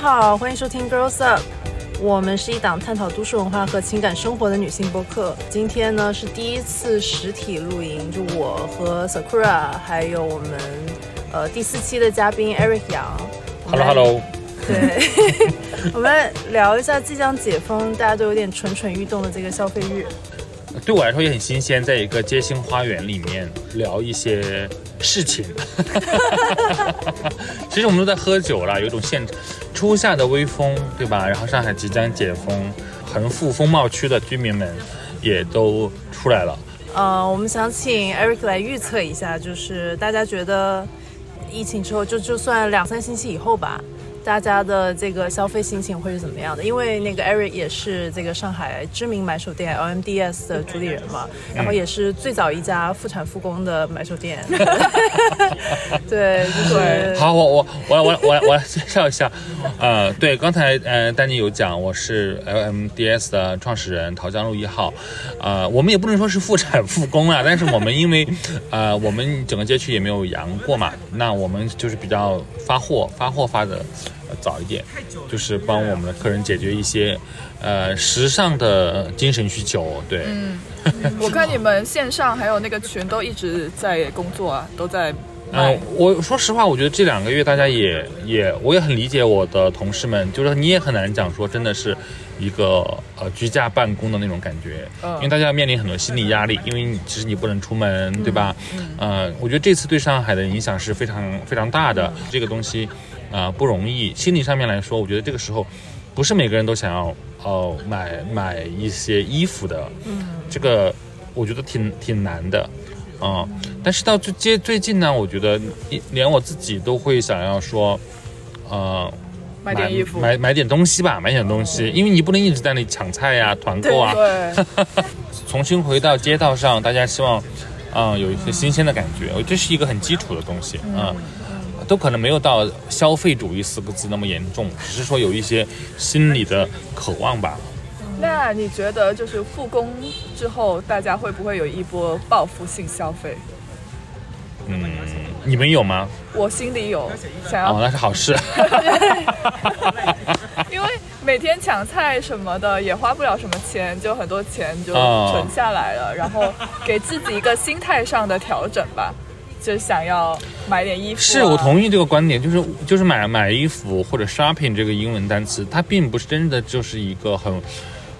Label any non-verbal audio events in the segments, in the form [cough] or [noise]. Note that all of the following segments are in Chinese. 好，欢迎收听 Girls Up。我们是一档探讨都市文化和情感生活的女性播客。今天呢是第一次实体录音，就我和 Sakura，还有我们呃第四期的嘉宾 Eric 杨。我们 Hello Hello，对， [laughs] 我们来聊一下即将解封，大家都有点蠢蠢欲动的这个消费欲。对我来说也很新鲜，在一个街心花园里面聊一些事情。其实我们都在喝酒啦，有一种现初夏的微风，对吧？然后上海即将解封，横幅风貌区的居民们也都出来了。呃，我们想请 Eric 来预测一下，就是大家觉得疫情之后，就就算两三星期以后吧，大家的这个消费心情会是怎么样的？因为那个 Eric 也是这个上海知名买手店 LMDS 的主理人嘛，嗯然后也是最早一家复产复工的买手 [laughs] 店。 [laughs] 对，就是好，我我我我我我来介绍一下，呃，对，刚才呃丹尼有讲，我是 LMDS 的创始人桃江路一号，呃，我们也不能说是复产复工啊，但是我们因为呃我们整个街区也没有阳过嘛，那我们就是比较发货发货发的呃早一点，就是帮我们的客人解决一些呃时尚的精神需求，对，我看你们线上还有那个群都一直在工作啊，都在卖嗯，我说实话，我觉得这两个月大家也也，我也很理解我的同事们，就是你也很难讲说真的是一个呃居家办公的那种感觉，嗯因为大家要面临很多心理压力，因为你其实你不能出门，对吧？嗯呃，我觉得这次对上海的影响是非常非常大的，这个东西啊、呃不容易，心理上面来说，我觉得这个时候不是每个人都想要哦买买一些衣服的，这个我觉得挺挺难的，啊、但是到最接最近呢，我觉得一连我自己都会想要说，呃，卖点衣服。哦买买点东西吧，买点东西，因为你不能一直在那里抢菜呀、团购啊，对，重新回到街道上，大家希望，嗯、有一些新鲜的感觉，我这是一个很基础的东西，嗯。都可能没有到消费主义四个字那么严重，只是说有一些心理的渴望吧。那你觉得就是复工之后，大家会不会有一波报复性消费？嗯，你们有吗？我心里有想哦，要，那是好事。因为每天抢菜什么的也花不了什么钱，就很多钱就哦存下来了，然后给自己一个心态上的调整吧， [laughs] 就想要买点衣服啊、是我同意这个观点，就是就是买买衣服或者 shopping 这个英文单词，它并不是真的就是一个很，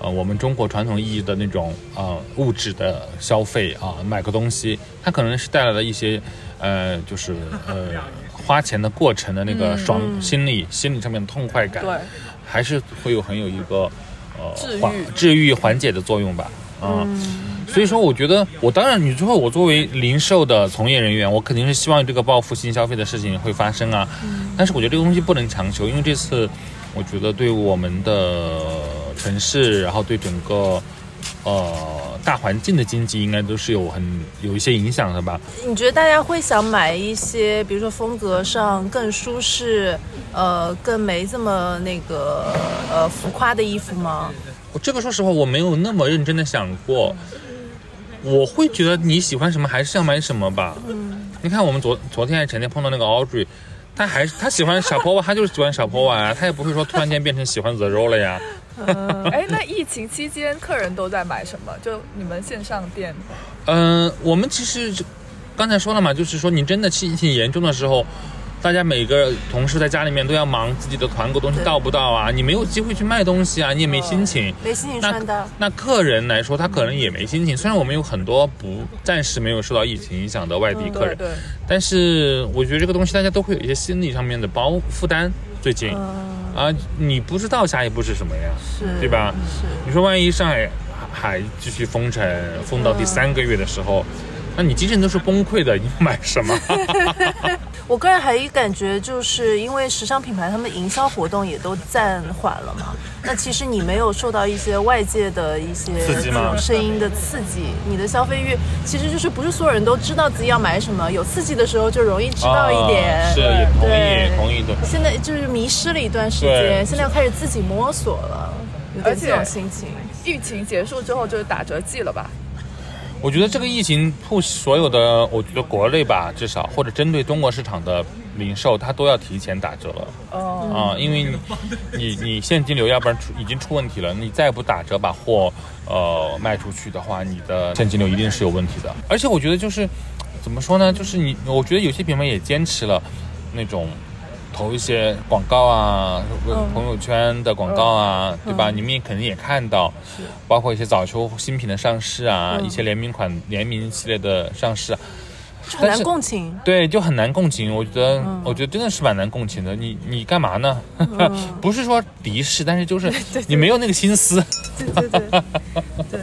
呃，我们中国传统意义的那种呃物质的消费啊，买个东西，它可能是带来了一些，呃，就是呃花钱的过程的那个爽、心理心理上面的痛快感，对，还是会有很有一个呃治愈嗯缓治愈缓解的作用吧，啊、所以说，我觉得我当然，你最后我作为零售的从业人员，我肯定是希望这个报复性消费的事情会发生啊。嗯但是我觉得这个东西不能强求，因为这次我觉得对我们的城市，然后对整个呃大环境的经济，应该都是有很有一些影响的吧。你觉得大家会想买一些，比如说风格上更舒适，呃，更没这么那个呃浮夸的衣服吗？我这个说实话，我没有那么认真的想过。我会觉得你喜欢什么还是想买什么吧。你看我们昨昨天还是前天碰到那个 Audrey，她还是她喜欢小 p o v a 她就是喜欢小 p o v a 啊，她也不会说突然间变成喜欢 Zero 了呀。哎，那疫情期间客人都在买什么？就你们线上店，嗯、我们其实就刚才说了嘛，就是说你真的疫情严重的时候，大家每个同事在家里面都要忙自己的团购东西对到不到啊，你没有机会去卖东西啊，你也没心情。没心情那穿搭。那客人来说，他可能也没心情。虽然我们有很多不暂时没有受到疫情影响的外地客对嗯人，对。但是我觉得这个东西大家都会有一些心理上面的包负担。最近嗯，啊，你不知道下一步是什么呀，是，对？吧？是，你说万一上海还继续封城，封到第三个月的时候，嗯那你精神都是崩溃的，你买什 [laughs] 么？我个人还有一感觉，就是因为时尚品牌他们营销活动也都暂缓了嘛，那其实你没有受到一些外界的一些刺激吗这种声音的刺激，你的消费欲其实就是不是所有人都知道自己要买什么，有刺激的时候就容易知道一点，啊是也同对意同意的。现在就是迷失了一段时间，对现在要开始自己摸索了，有点而且这种心情。疫情结束之后就是打折季了吧？我觉得这个疫情 push 所有的，我觉得国内吧，至少或者针对中国市场的零售，它都要提前打折了哦，啊、因为你你你现金流要不然出已经出问题了，你再不打折把货呃卖出去的话，你的现金流一定是有问题的。而且我觉得就是怎么说呢，就是你我觉得有些品牌也坚持了那种。投一些广告啊，朋友圈的广告啊，对吧？你们也肯定也看到，包括一些早秋新品的上市啊，一些联名款、联名系列的上市啊，就很但难是共情。对，就很难共情。我觉得，嗯我觉得真的是蛮难共情的。你你干嘛呢？嗯 [laughs] 不是说敌视，但是就是 [laughs] 你没有那个心思。对对对对。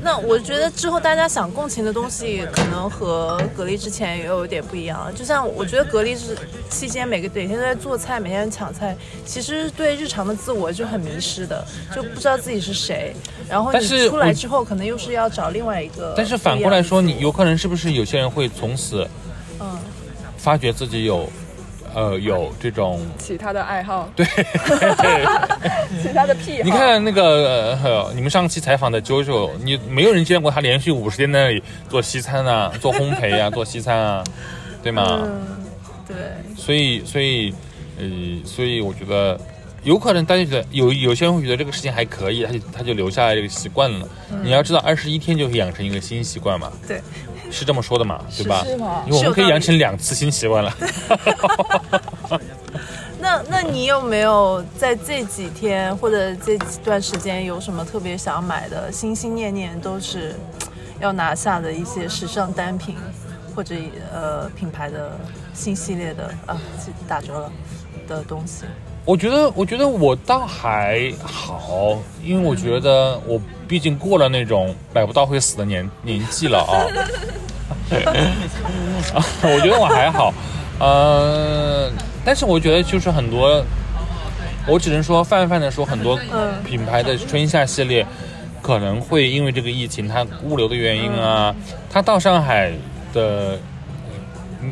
那我觉得之后大家想共情的东西，可能和隔离之前也有点不一样。就像我觉得隔离之期间，每个每天都在做菜，每天抢菜，其实对日常的自我就很迷失的，就不知道自己是谁。然后但你是出来我之后，可能又是要找另外一个。但是反过来，说，你有可能是不是有些人会从此，嗯发觉自己有，呃，有这种。其他的爱好， [laughs] 对，其他的癖好。你看那个、呃、你们上期采访的 JoJo，你没有人见过他连续五十天在那里做西餐啊，做烘焙啊，做西餐啊，对吗？嗯对，所以，所以，呃，所以我觉得，有可能大家觉得有有些人会觉得这个事情还可以，他就他就留下来这个习惯了。嗯你要知道，二十一天就可以养成一个新习惯嘛。对，是这么说的嘛，对吧？是吗因为我是有们可以道理养成两次新习惯了。那那你有没有在这几天或者这几段时间有什么特别想买的，心心念念都是要拿下的一些时尚单品，或者呃品牌的新系列的啊打折了的东西？我觉得，我觉得我倒还好，因为我觉得我毕竟过了那种买不到会死的年年纪了 [laughs] 啊。 [laughs] 啊我觉得我还好，呃，但是我觉得就是很多，我只能说泛泛的说，很多嗯品牌的春夏系列可能会因为这个疫情，它物流的原因啊，它到上海的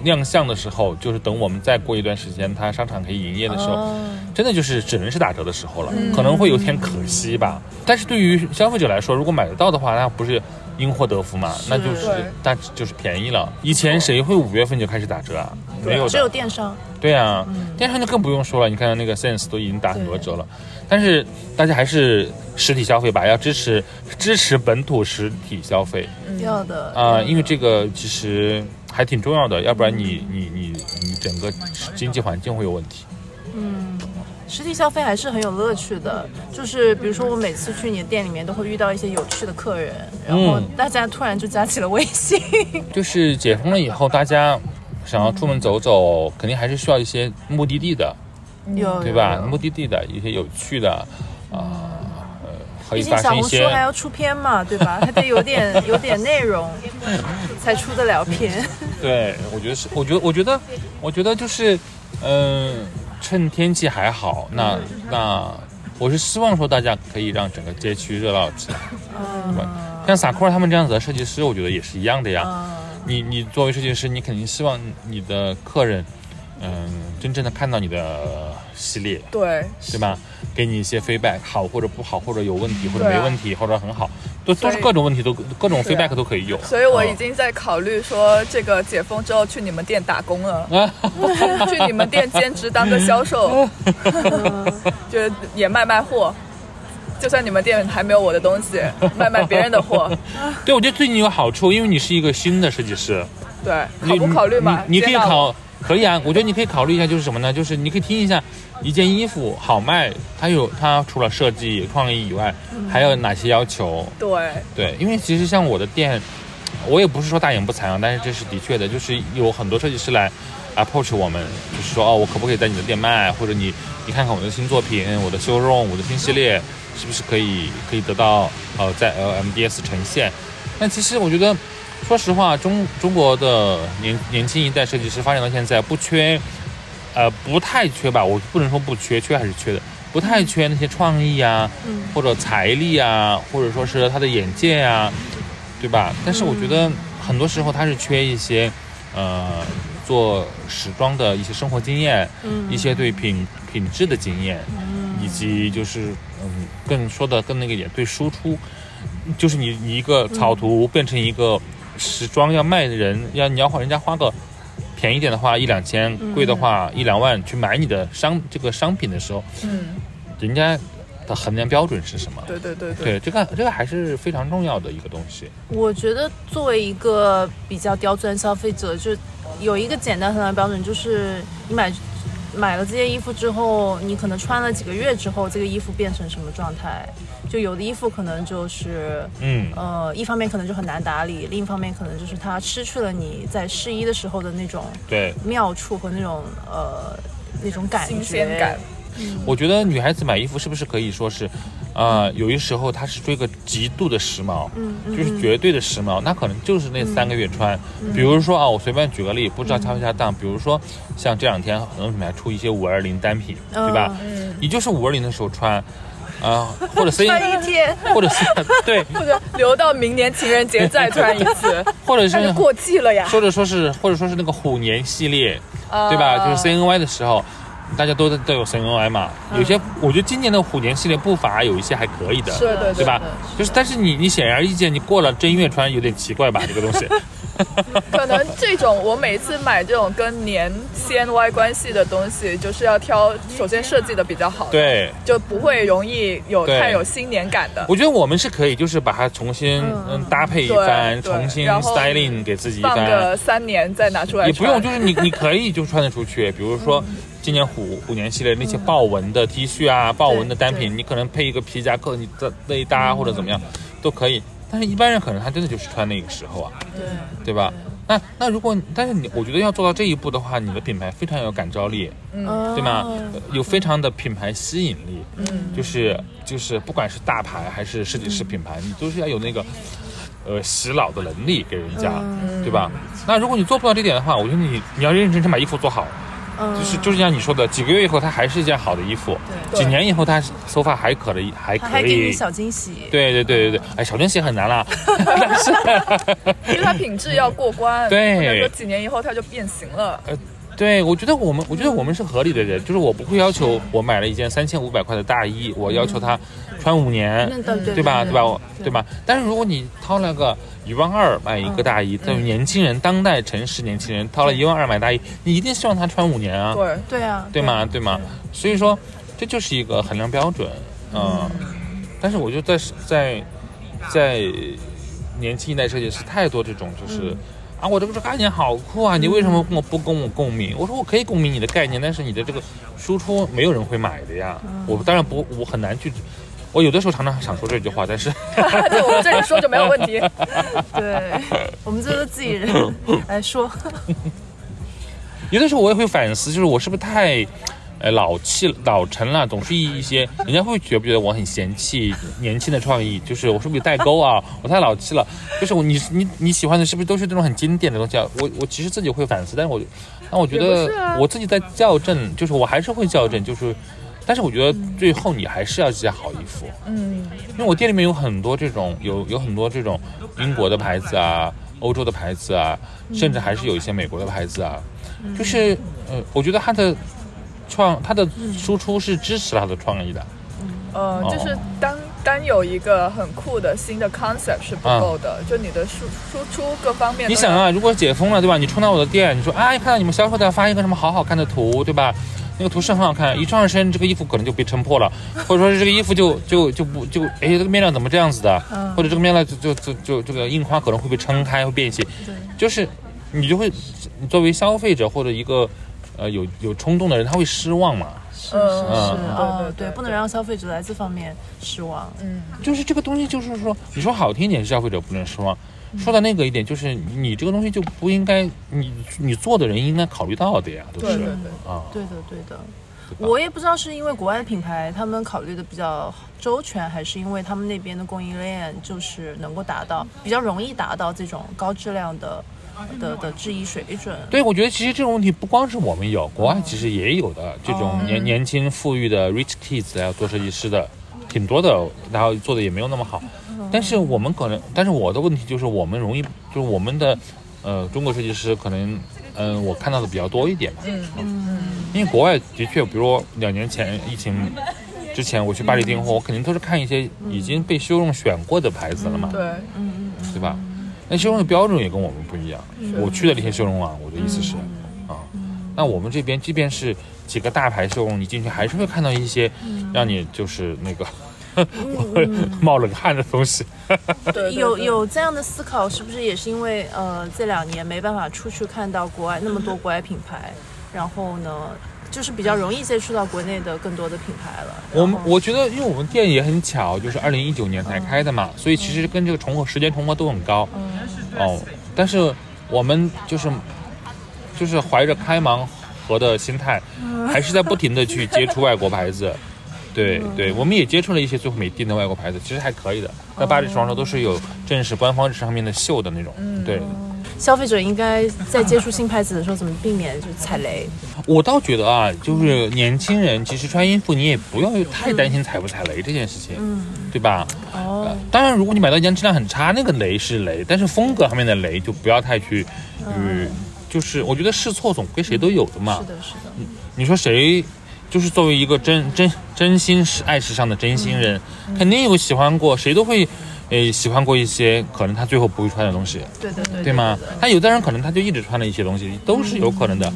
亮相的时候，就是等我们再过一段时间，它商场可以营业的时候哦，真的就是只能是打折的时候了，可能会有点可惜吧。但是对于消费者来说，如果买得到的话，那不是因祸得福嘛？那就是对那就是便宜了。以前谁会五月份就开始打折啊？没有只有的。电商，对啊，嗯电商就更不用说了。你看那个 Sense 都已经打很多对折了，但是大家还是实体消费吧，要支持支持本土实体消费。要的啊、因为这个其实还挺重要的，要不然嗯你你你你整个经济环境会有问题。实体消费还是很有乐趣的，就是比如说我每次去你的店里面都会遇到一些有趣的客人，然后嗯大家突然就加起了微信，就是解封了以后，大家想要出门走走，肯定还是需要一些目的地的，有嗯对吧？有有目的地的一些有趣的啊、呃，可以毕竟发小生一红些书还要出片 [laughs] 嘛，对吧？还得有点有点内容，才出得了 [laughs] 片。对，我觉得是，我觉得，我觉得，我觉得就是，嗯、趁天气还好，那那我是希望说大家可以让整个街区热闹起来，嗯对吧？像萨库尔他们这样子的设计师，我觉得也是一样的呀。嗯你你作为设计师，你肯定希望你的客人，嗯、真正的看到你的系列，对，对吧？给你一些 feedback，好或者不好，或者有问题，或者对没啊问题，或者很好，都都所是以各种问题都各种是啊 feedback 都可以有。所以我已嗯经在考虑说，这个解封之后去你们店打工 [laughs] 了，去你们店兼职当个销售， [laughs] 就是也卖卖货。就算你们店还没有我的东 [laughs] 西，卖卖别人的货，对，我觉得对你有好处，因为你是一个新的设计师，对，你考不考虑嘛？你你可以接纳我，考，可以啊。我觉得你可以考虑一下，就是什么呢？就是你可以听一下一件衣服好卖，它有它除了设计创意以外，还有哪些要求？对，对，因为其实像我的店，我也不是说大言不惭啊，但是这是的确的，就是有很多设计师来 approach 我们，就是说哦，我可不可以在你的店卖，或者你你看看我的新作品、我的修容、我的新系列，是不是可以可以得到呃在 LMDS 呈现？但其实我觉得，说实话，中中国的年年轻一代设计师发展到现在，不缺，呃，不太缺吧，我不能说不缺，缺还是缺的。不太缺那些创意啊，或者财力啊，或者说是他的眼界啊，对吧？但是我觉得很多时候他是缺一些，呃，做时装的一些生活经验，一些对品品质的经验，以及就是嗯，更说的更那个一点，对输出，就是你你一个草图变成一个时装要卖的人，要你要花人家花个。便宜点的话一两千，贵的话一两万，去买你的商这个商品的时候，嗯，人家的衡量标准是什么？对对对对，对，这个这个还是非常重要的一个东西。我觉得作为一个比较刁钻消费者，就有一个简单衡量标准，就是你买买了这件衣服之后，你可能穿了几个月之后，这个衣服变成什么状态？就有的衣服可能就是，嗯呃，一方面可能就很难打理，另一方面可能就是它失去了你在试衣的时候的那种对，妙处和那种呃那种感觉。新鲜感，我觉得女孩子买衣服是不是可以说是，呃，有些时候她是追个极度的时髦，嗯嗯就是绝对的时髦，那可能就是那三个月穿。比如说啊，我随便举个例，不知道恰不恰当，比如说像这两天很多品牌出一些五二零单品，嗯对吧？嗯，你就是五二零的时候穿，啊、或者 [laughs] C，穿一天，或者是对，或者留到明年情人节再穿一 [laughs] 次，或者是那就过季了呀，或者说是或者说是那个虎年系列，啊对吧？就是 CNY 的时候，大家都都有 CNY 嘛。嗯有些我觉得今年的虎年系列不乏有一些还可以的，是的，对吧是的？就是但是你你显而易见，你过了正月穿有点奇怪吧？这个东 [laughs] 西，可能这种我每次买这种跟年 CNY 关系的东西，就是要挑首先设计的比较好的，，对。就不会容易有对太有新年感的。我觉得我们是可以，就是把它重新嗯嗯搭配一番，对对重新然后 styling 给自己一放番，个三年再拿出来也不用，穿就是你你可以就穿得出去。比如说今年虎虎年系列那些豹纹的 T 恤啊，豹纹的单对品，你可能配一个皮夹克，你的内搭或者怎么样都可以。但是一般人可能他真的就是穿那个时候啊，对，对吧？那那如果但是你我觉得要做到这一步的话，你的品牌非常有感召力。嗯对吗？呃有非常的品牌吸引力，嗯，就是就是不管是大牌还是设计嗯师品牌，你都是要有那个呃洗脑的能力给人家，嗯对吧？那如果你做不到这点的话，我觉得你你要认认真真把衣服做好，嗯，就是就是像你说的，几个月以后它还是一件好的衣服，对几年以后它手法还可以，还他还可给你以。小惊喜。对对对对对，哎，小珍鞋很难 [laughs] 啦， [laughs] 因为它品质要过关，对不能说几年以后它就变形了。对，我觉得我们，我觉得我们是合理的人，就是我不会要求我买了一件三千五百块的大衣，我要求他穿五年，那对对对吧？对吧？我对对吧？但是如果你掏了个一万二买一个大衣，对于年轻人，当代城市年轻人掏了一万二买大衣，你一定希望他穿五年啊，对，对啊， [laughs] 对吗？对吗？所以说，这就是一个衡量标准，嗯。但是我就在在在年轻一代设计师太多这种就是。啊，我这个这概念好酷啊！你为什么跟我不跟我共鸣？我说我可以共鸣你的概念，但是你的这个输出没有人会买的呀。我当然不，我很难去。我有的时候常常想说这句话，但是就我们这里说就没有问 [laughs] 题。 [laughs] 对，我们这都自己 [laughs] 人来说，有的时候我也会反思，就是我是不是太，呃，老气老成了，总是一些人家会觉不觉得我很嫌弃年轻的创意？就是我是不是有代沟啊？我太老气了？就是我你你你喜欢的是不是都是那种很经典的东西啊？我我其实自己会反思，但是我，但我觉也得不是啊我自己在校正，就是我还是会校正，就是，但是我觉得最后你还是要这件好衣服。嗯，因为我店里面有很多这种，有有很多这种英国的牌子啊，欧洲的牌子啊，甚至还是有一些美国的牌子啊，就是呃，我觉得它的创，它的输出是支持它的创意的，呃，哦就是单单有一个很酷的新的 concept 是不够的，就你的输输出各方面都嗯你要。想啊，如果解封了，对吧？你冲到我的店，你说啊，看到你们销售的发一个什么好好看的图，对吧？那个图是很好看，一撞上身，这个衣服可能就被撑破了，或者说是这个衣服就就就不就哎，这个面料怎么这样子的？或者这个面料就就就就这个印花可能会被撑开，会变形。就是你就会，你作为消费者或者一个呃有有冲动的人，他会失望嘛？是嗯嗯啊对对，对对，不能让消费者在这方面失望。嗯，就是这个东西，就是说，你说好听一点，消费者不能失望；说的那个一点，就是你这个东西就不应该，你你做的人应该考虑到的呀，都对是对对。啊。对的，对的。对吧我也不知道是因为国外的品牌他们考虑的比较周全，还是因为他们那边的供应链就是能够达到比较容易达到这种高质量的的的制衣水准。对，我觉得其实这种问题不光是我们有，国嗯外其实也有的。这哦种年、年轻富裕的 rich kids 来做设计师的，嗯挺多的，然后做的也没有那么好。但是我们可能，但是我的问题就是我们容易，就是我们的，呃，中国设计师可能，嗯、我看到的比较多一点嘛。嗯因为国外的确，比如说两年前疫情之前，我去巴黎订货，我肯定都是看一些已经被修用选过的牌子了嘛。对，嗯嗯嗯，啊对吧？那修容的标准也跟我们不一样。我去的那些修容网，我的意思是，啊那我们这边即便是几个大牌秀，你进去还是会看到一些让你就是那个。 [laughs] 冒冷汗的东西，对对对有有这样的思考，是不是也是因为呃这两年没办法出去看到国外那么多国外品牌，然后呢，就是比较容易接触到国内的更多的品牌了。我们然后我觉得，因为我们店也很巧，就是二零一九年才开的嘛，嗯所以其实跟这个重合时间重合度很高、哦。但是我们就是就是怀着开盲盒的心态，嗯还是在不停的去接触外国 [laughs] 牌子。对嗯对，我们也接触了一些最后美定的外国牌子，其实还可以的。在巴黎哦时装周都是有正式官方上面的秀的那种。嗯对，消费者应该在接触新牌子的时候，怎么避免就是踩雷？我倒觉得啊，就是年轻人其实穿衣服你也不要太担心踩不踩雷这件事情，嗯，对吧？哦呃，当然，如果你买到一件质量很差，那个雷是雷，但是风格上面的雷就不要太去，嗯，就是我觉得试错总归谁都有的嘛。是的，是的，你说谁，就是作为一个真真真心是爱时尚的真心人，嗯肯定有喜欢过，谁都会，呃，喜欢过一些可能他最后不会穿的东西，对对对对吗？他有的人可能他就一直穿了一些东西，都是有可能的。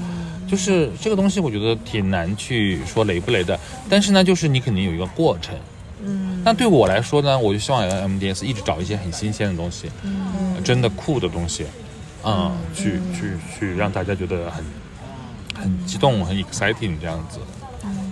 就是这个东西，我觉得挺难去说雷不雷的，但是呢，就是你肯定有一个过程。嗯，那对我来说呢，我就希望 MDS 一直找一些很新鲜的东西，嗯、真的酷的东西，嗯，去去去让大家觉得很很激动、很 exciting 这样子。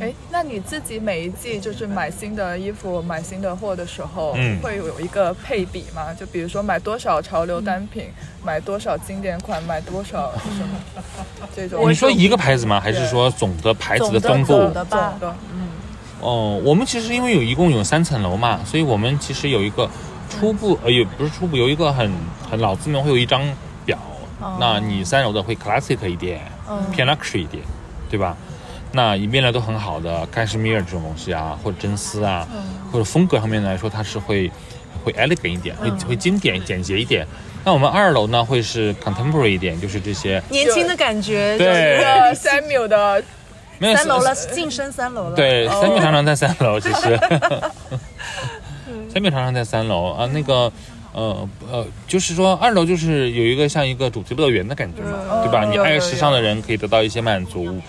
哎，那你自己每一季就是买新的衣服、买新的货的时候，嗯会有一个配比吗？就比如说买多少潮流单品，嗯买多少经典款，买多少什么 [laughs] 这种。你说一个牌子吗？还是说总的牌子的分布？总的吧总的，哦，我们其实因为有一共有三层楼嘛，所以我们其实有一个初步，嗯呃，也不是初步，有一个很很老字面会有一张表，哦那你三楼的会 classic 一点，嗯偏 luxury 一点，对吧？那一面来都很好的干什米尔这种东西啊，或者真丝啊，嗯或者风格上面来说，它是会会 elegant 一点，会嗯会经典简洁一点。那我们二楼呢，会是 contemporary 一点，就是这些，年轻的感觉，对就是一 [laughs] 个 Samuel 的没有三楼了，晋升三楼了。，对，哦三秒常常在三楼，其 [laughs] 实。 [laughs] 嗯三秒常常在三楼啊，那个，呃呃，就是说二楼就是有一个像一个主题乐园的感觉嘛，对吧？哦你有爱有时尚的人可以得到一些满足。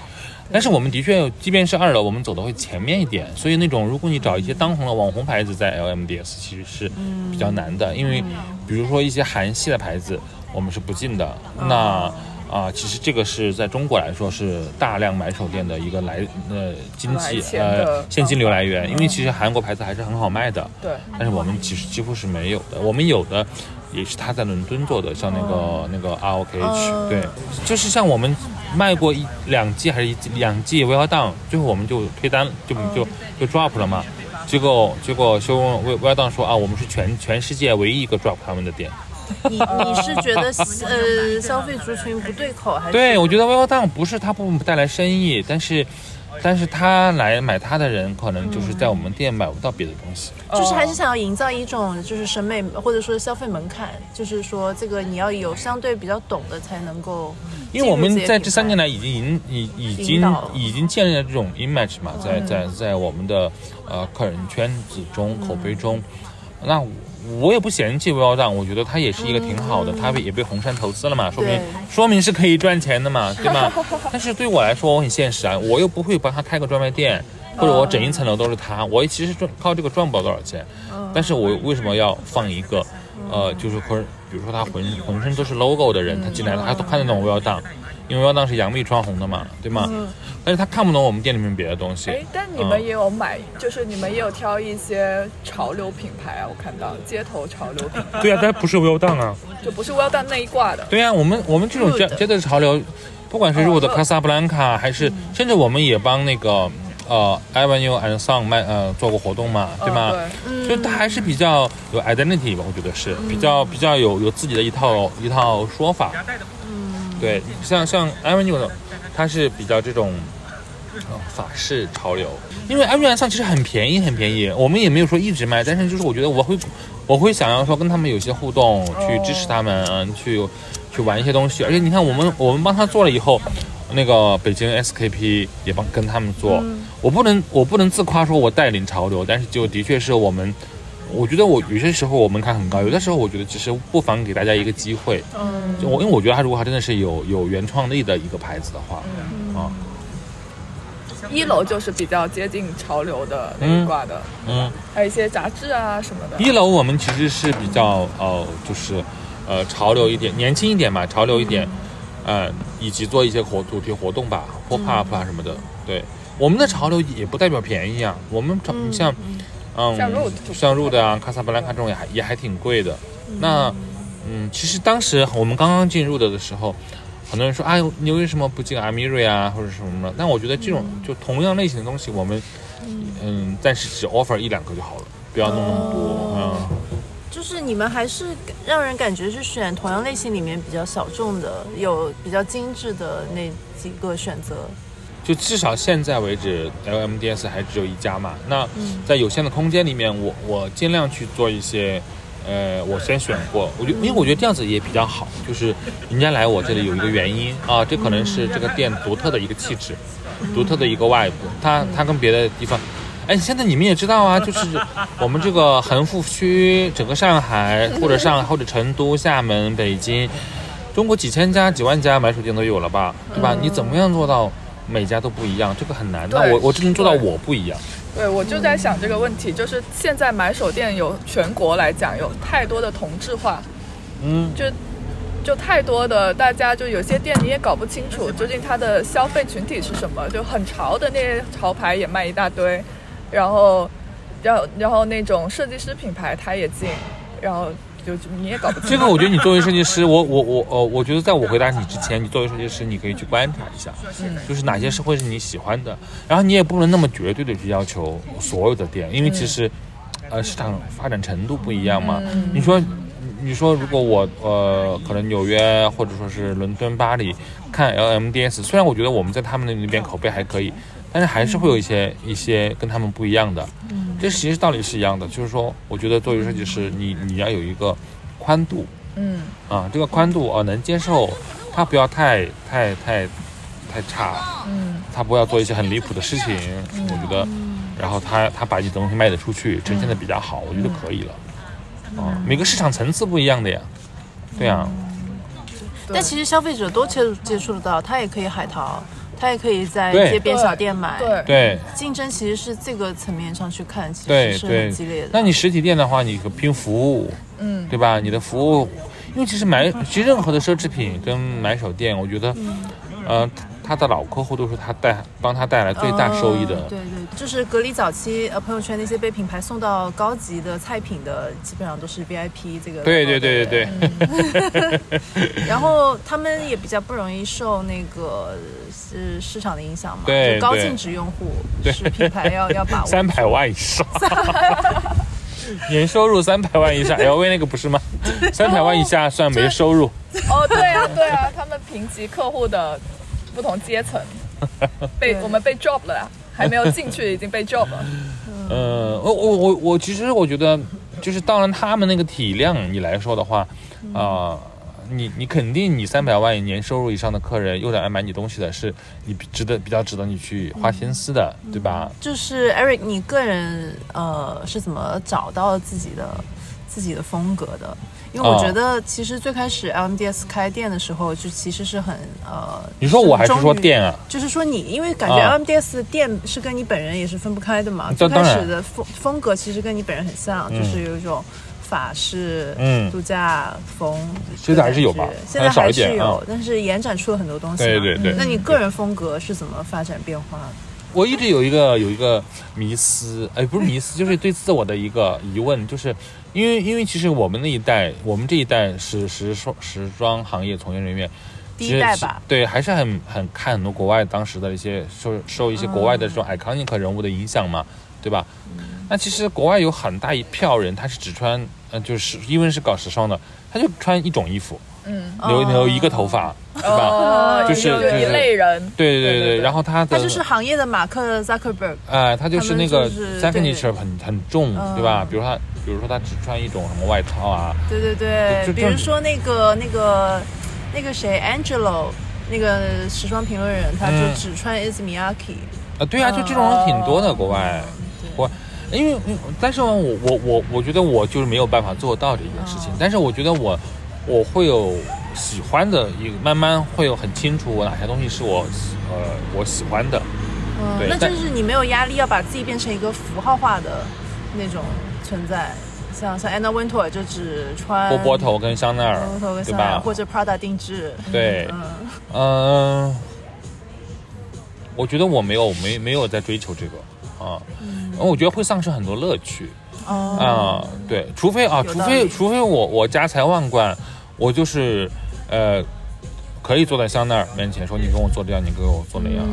但是我们的确，即便是二楼，我们走的会前面一点，所以那种如果你找一些当红的网红牌子，在 LMDS 其实是比较难嗯的，因为比如说一些韩系的牌子，我们是不进的。嗯那啊、其实这个是在中国来说是大量买手店的一个来呃经济来钱的嗯呃现金流来源，因为其实韩国牌子还是很好卖的，对，但是我们其实几乎是没有的，我们有的也是他在伦敦做的，像那个、那个 R O K H，、嗯对，就是像我们卖过一两季还是一季两季 Well Down，最后我们就推单就、就就 drop 了嘛，结果结果修 Well Well Down 说啊，我们是全全世界唯一一个 drop 他们的店，你你是觉得呃消费族群不对口，还是对，我觉得 Well Down 不是它不带来生意，但是。但是他来买它的人，可能就是在我们店买不到别的东西。就是还是想要营造一种就是审美或者说消费门槛，就是说这个你要有相对比较懂的才能够进入些品牌。因为我们在这三年来已经引已已引经导嗯已经建立了这种 image 嘛，在在在我们的呃客人圈子中口嗯碑中，那我我也不嫌弃 well done，我觉得它也是一个挺好的，它也被红杉投资了嘛，说明对 [laughs] 说明是可以赚钱的嘛，对吗？但是对我来说，我很现实啊，我又不会帮他开个专卖店，或者我整一层楼都是他，我其实赚靠这个赚不了多少钱，但是我为什么要放一个，呃，就是或者比如说他浑浑身都是 logo 的人，他进来了，他都看得懂 well done，因为 well done 是杨幂穿红的嘛，对吗？但是他看不懂我们店里面别的东西哎，，但你们也有买，就是你们也有挑一些潮流品牌啊，我看到街头潮流品牌，对啊，但不是 well done 啊。就不是 Well Done 那一 [laughs] 挂的。对呀、我们我们这种街 Rude 街头潮流，不管是哦 Rude ，Rude 卡萨布兰卡，还是甚至我们也帮那个呃 Avenue and Song 卖呃做过活动嘛，对吗？嗯就它还是比较有 identity 吧，我觉得是比较比较有有自己的一套一套说法。对，像像 Avenue 的，它是比较这种。呃法式潮流，因为 Avenue and Song 其实很便宜，很便宜，我们也没有说一直卖，但是就是我觉得我会，我会想要说跟他们有些互动，去支持他们，嗯，去去玩一些东西。而且你看，我们我们帮他做了以后，那个北京 SKP 也帮跟他们做。我不能我不能自夸说我带领潮流，但是就的确是我们，我觉得我有些时候我门槛很高，有的时候我觉得其实不妨给大家一个机会。嗯就我因为我觉得它如果它真的是有有原创力的一个牌子的话，啊，一楼就是比较接近潮流的那一挂的，嗯，还有一些杂志啊什么的。一楼我们其实是比较呃，就是呃潮流一点、年轻一点嘛，潮流一点，呃，以及做一些活主题活动吧，pop up 啊什么的。对，我们的潮流也不代表便宜啊，我们潮嗯像嗯嗯像 Rude 就像 Rude 啊、卡萨布兰卡这种也还也还挺贵的。那嗯，其实当时我们刚刚进入的的时候，很多人说，哎，你为什么不进 Amiri 啊，或者什么什么的？但我觉得这种就同样类型的东西，我们嗯，暂时只 offer 一两个就好了，不要弄那么多。哦嗯，就是你们还是让人感觉是选同样类型里面比较小众的，有比较精致的那几个选择。就至少现在为止，LMDS 还只有一家嘛。那在有限的空间里面，我我尽量去做一些，呃，我先选过，我觉得因为我觉得这样子也比较好，就是人家来我这里有一个原因啊，这可能是这个店独特的一个气质，独特的一个外部，它它跟别的地方。哎，现在你们也知道啊，就是我们这个横幅区，整个上海或者上或者成都、厦门、北京，中国几千家、几万家买手店都有了吧，对吧？你怎么样做到每家都不一样？这个很难。那对我我只能做到对我不一样。对，我就在想这个问题，就是现在买手店有全国来讲有太多的同质化，嗯，就就太多的大家就有些店你也搞不清楚究竟它的消费群体是什么，就很潮的那些潮牌也卖一大堆，然后然后然后那种设计师品牌它也进，然后就就你也搞不 [laughs] 清这个我觉得你作为设计师，我我我呃，我觉得在我回答你之前，你作为设计师，你可以去观察一下，就是哪些是会是你喜欢的，然后你也不能那么绝对的去要求所有的店，因为其实，呃，市场发展程度不一样嘛。你说，你说如果我呃，可能纽约或者说是伦敦、巴黎看 LMDS，虽然我觉得我们在他们那边口碑还可以，但是还是会有一些一些跟他们不一样的。这其实道理是一样的，就是说，我觉得作为设计师，你你要有一个宽度嗯，啊，这个宽度啊能接受，它不要太太太太差，嗯，它不要做一些很离谱的事情，我觉得，然后它它把你的东西卖得出去，呈现的比较好，我觉得可以了。嗯啊，每个市场层次不一样的呀，对啊，对但其实消费者都接触接触得到，他也可以海淘，他也可以在对街边小店买。对，对竞争其实是这个层面上去看，其对实是对很激烈。的。那你实体店的话，你可拼服务，嗯对吧？你的服务，因为其实买，其实任何的奢侈品跟买手店，我觉得，嗯呃，它的老客户都是他带帮他带来最大收益的。哦对对，就是隔离早期呃朋友圈那些被品牌送到高级的菜品的，基本上都是 VIP 这个。对对对对对，对。然后他们也比较不容易受那个是市场的影响嘛，对就高对净值用户是品牌要要把握。 [laughs] [laughs] 三百万以上，年收入三百万以上，LV 那个不是吗？三百万以下算没收入。哦，对啊，对啊，他们评级客户的不同阶层，被对我们被 job 了啦，还没有进去已经被 job 了。呃，我我我我其实我觉得，就是当然他们那个体量你来说的话，啊、你你肯定你三百万年收入以上的客人又来买你东西的是你比值得比较值得你去花心思的，对吧？就是 Eric，你个人呃是怎么找到自己的自己的风格的？因为我哦觉得其实最开始 LMDS 开店的时候，就其实是很呃，你说我还是很说忠于店啊？就是说你，因为感觉啊 LMDS 的店是跟你本人也是分不开的嘛。这最当开然始的风风格其实跟你本人很像，就是有一种法式、嗯度假风的感觉。现在还是有吧现在还少还一点是有，啊但是延展出了很多东西嘛。嗯对对对那你个人风格是怎么发展变化的？我一直有一个有一个迷思，哎，不是迷思，就是对自我的一个疑问，就是因为因为其实我们那一代，我们这一代是时装时装行业从业人员，第其一实代是吧，对，还是很很看很多国外当时的一些受受一些国外的这种 iconic 人物的影响嘛，对吧？那其实国外有很大一票人，他是只穿，嗯、就是因为是搞时尚的，他就穿一种衣服，嗯，留哦留一个头发，是吧？哦，就是有就是一类人，对对对对对，对？然后他的他就是行业的马克扎克伯格。哎，他就是他们那个就是对 signature 很很重，嗯对吧？比如他，比如说他只穿一种什么外套啊，对对对就，就比如说那个那个那个谁 Angelo，那个时装评论人，他就嗯只穿 Ismiyaki。啊，对啊，嗯就这种人挺多的，国外，国外，因为因为但是我嗯我我我觉得我就是没有办法做到这件事情，但是我觉得我我会有喜欢的，也慢慢会有很清楚我哪些东西是我喜呃我喜欢的。嗯对，那但就是你没有压力，要把自己变成一个符号化的那种存在，像像 Anna Wintour 就只穿波波头跟香奈儿波波头，跟对香奈儿吧？或者 Prada 定制，对，嗯，嗯、我觉得我没有没没有在追求这个啊，嗯、我觉得会丧失很多乐趣。哦，啊、对，除非啊，有除道非理除非我我家财万贯，我就是呃，可以坐在香奈儿面前说你给我做这样，你给我做那样，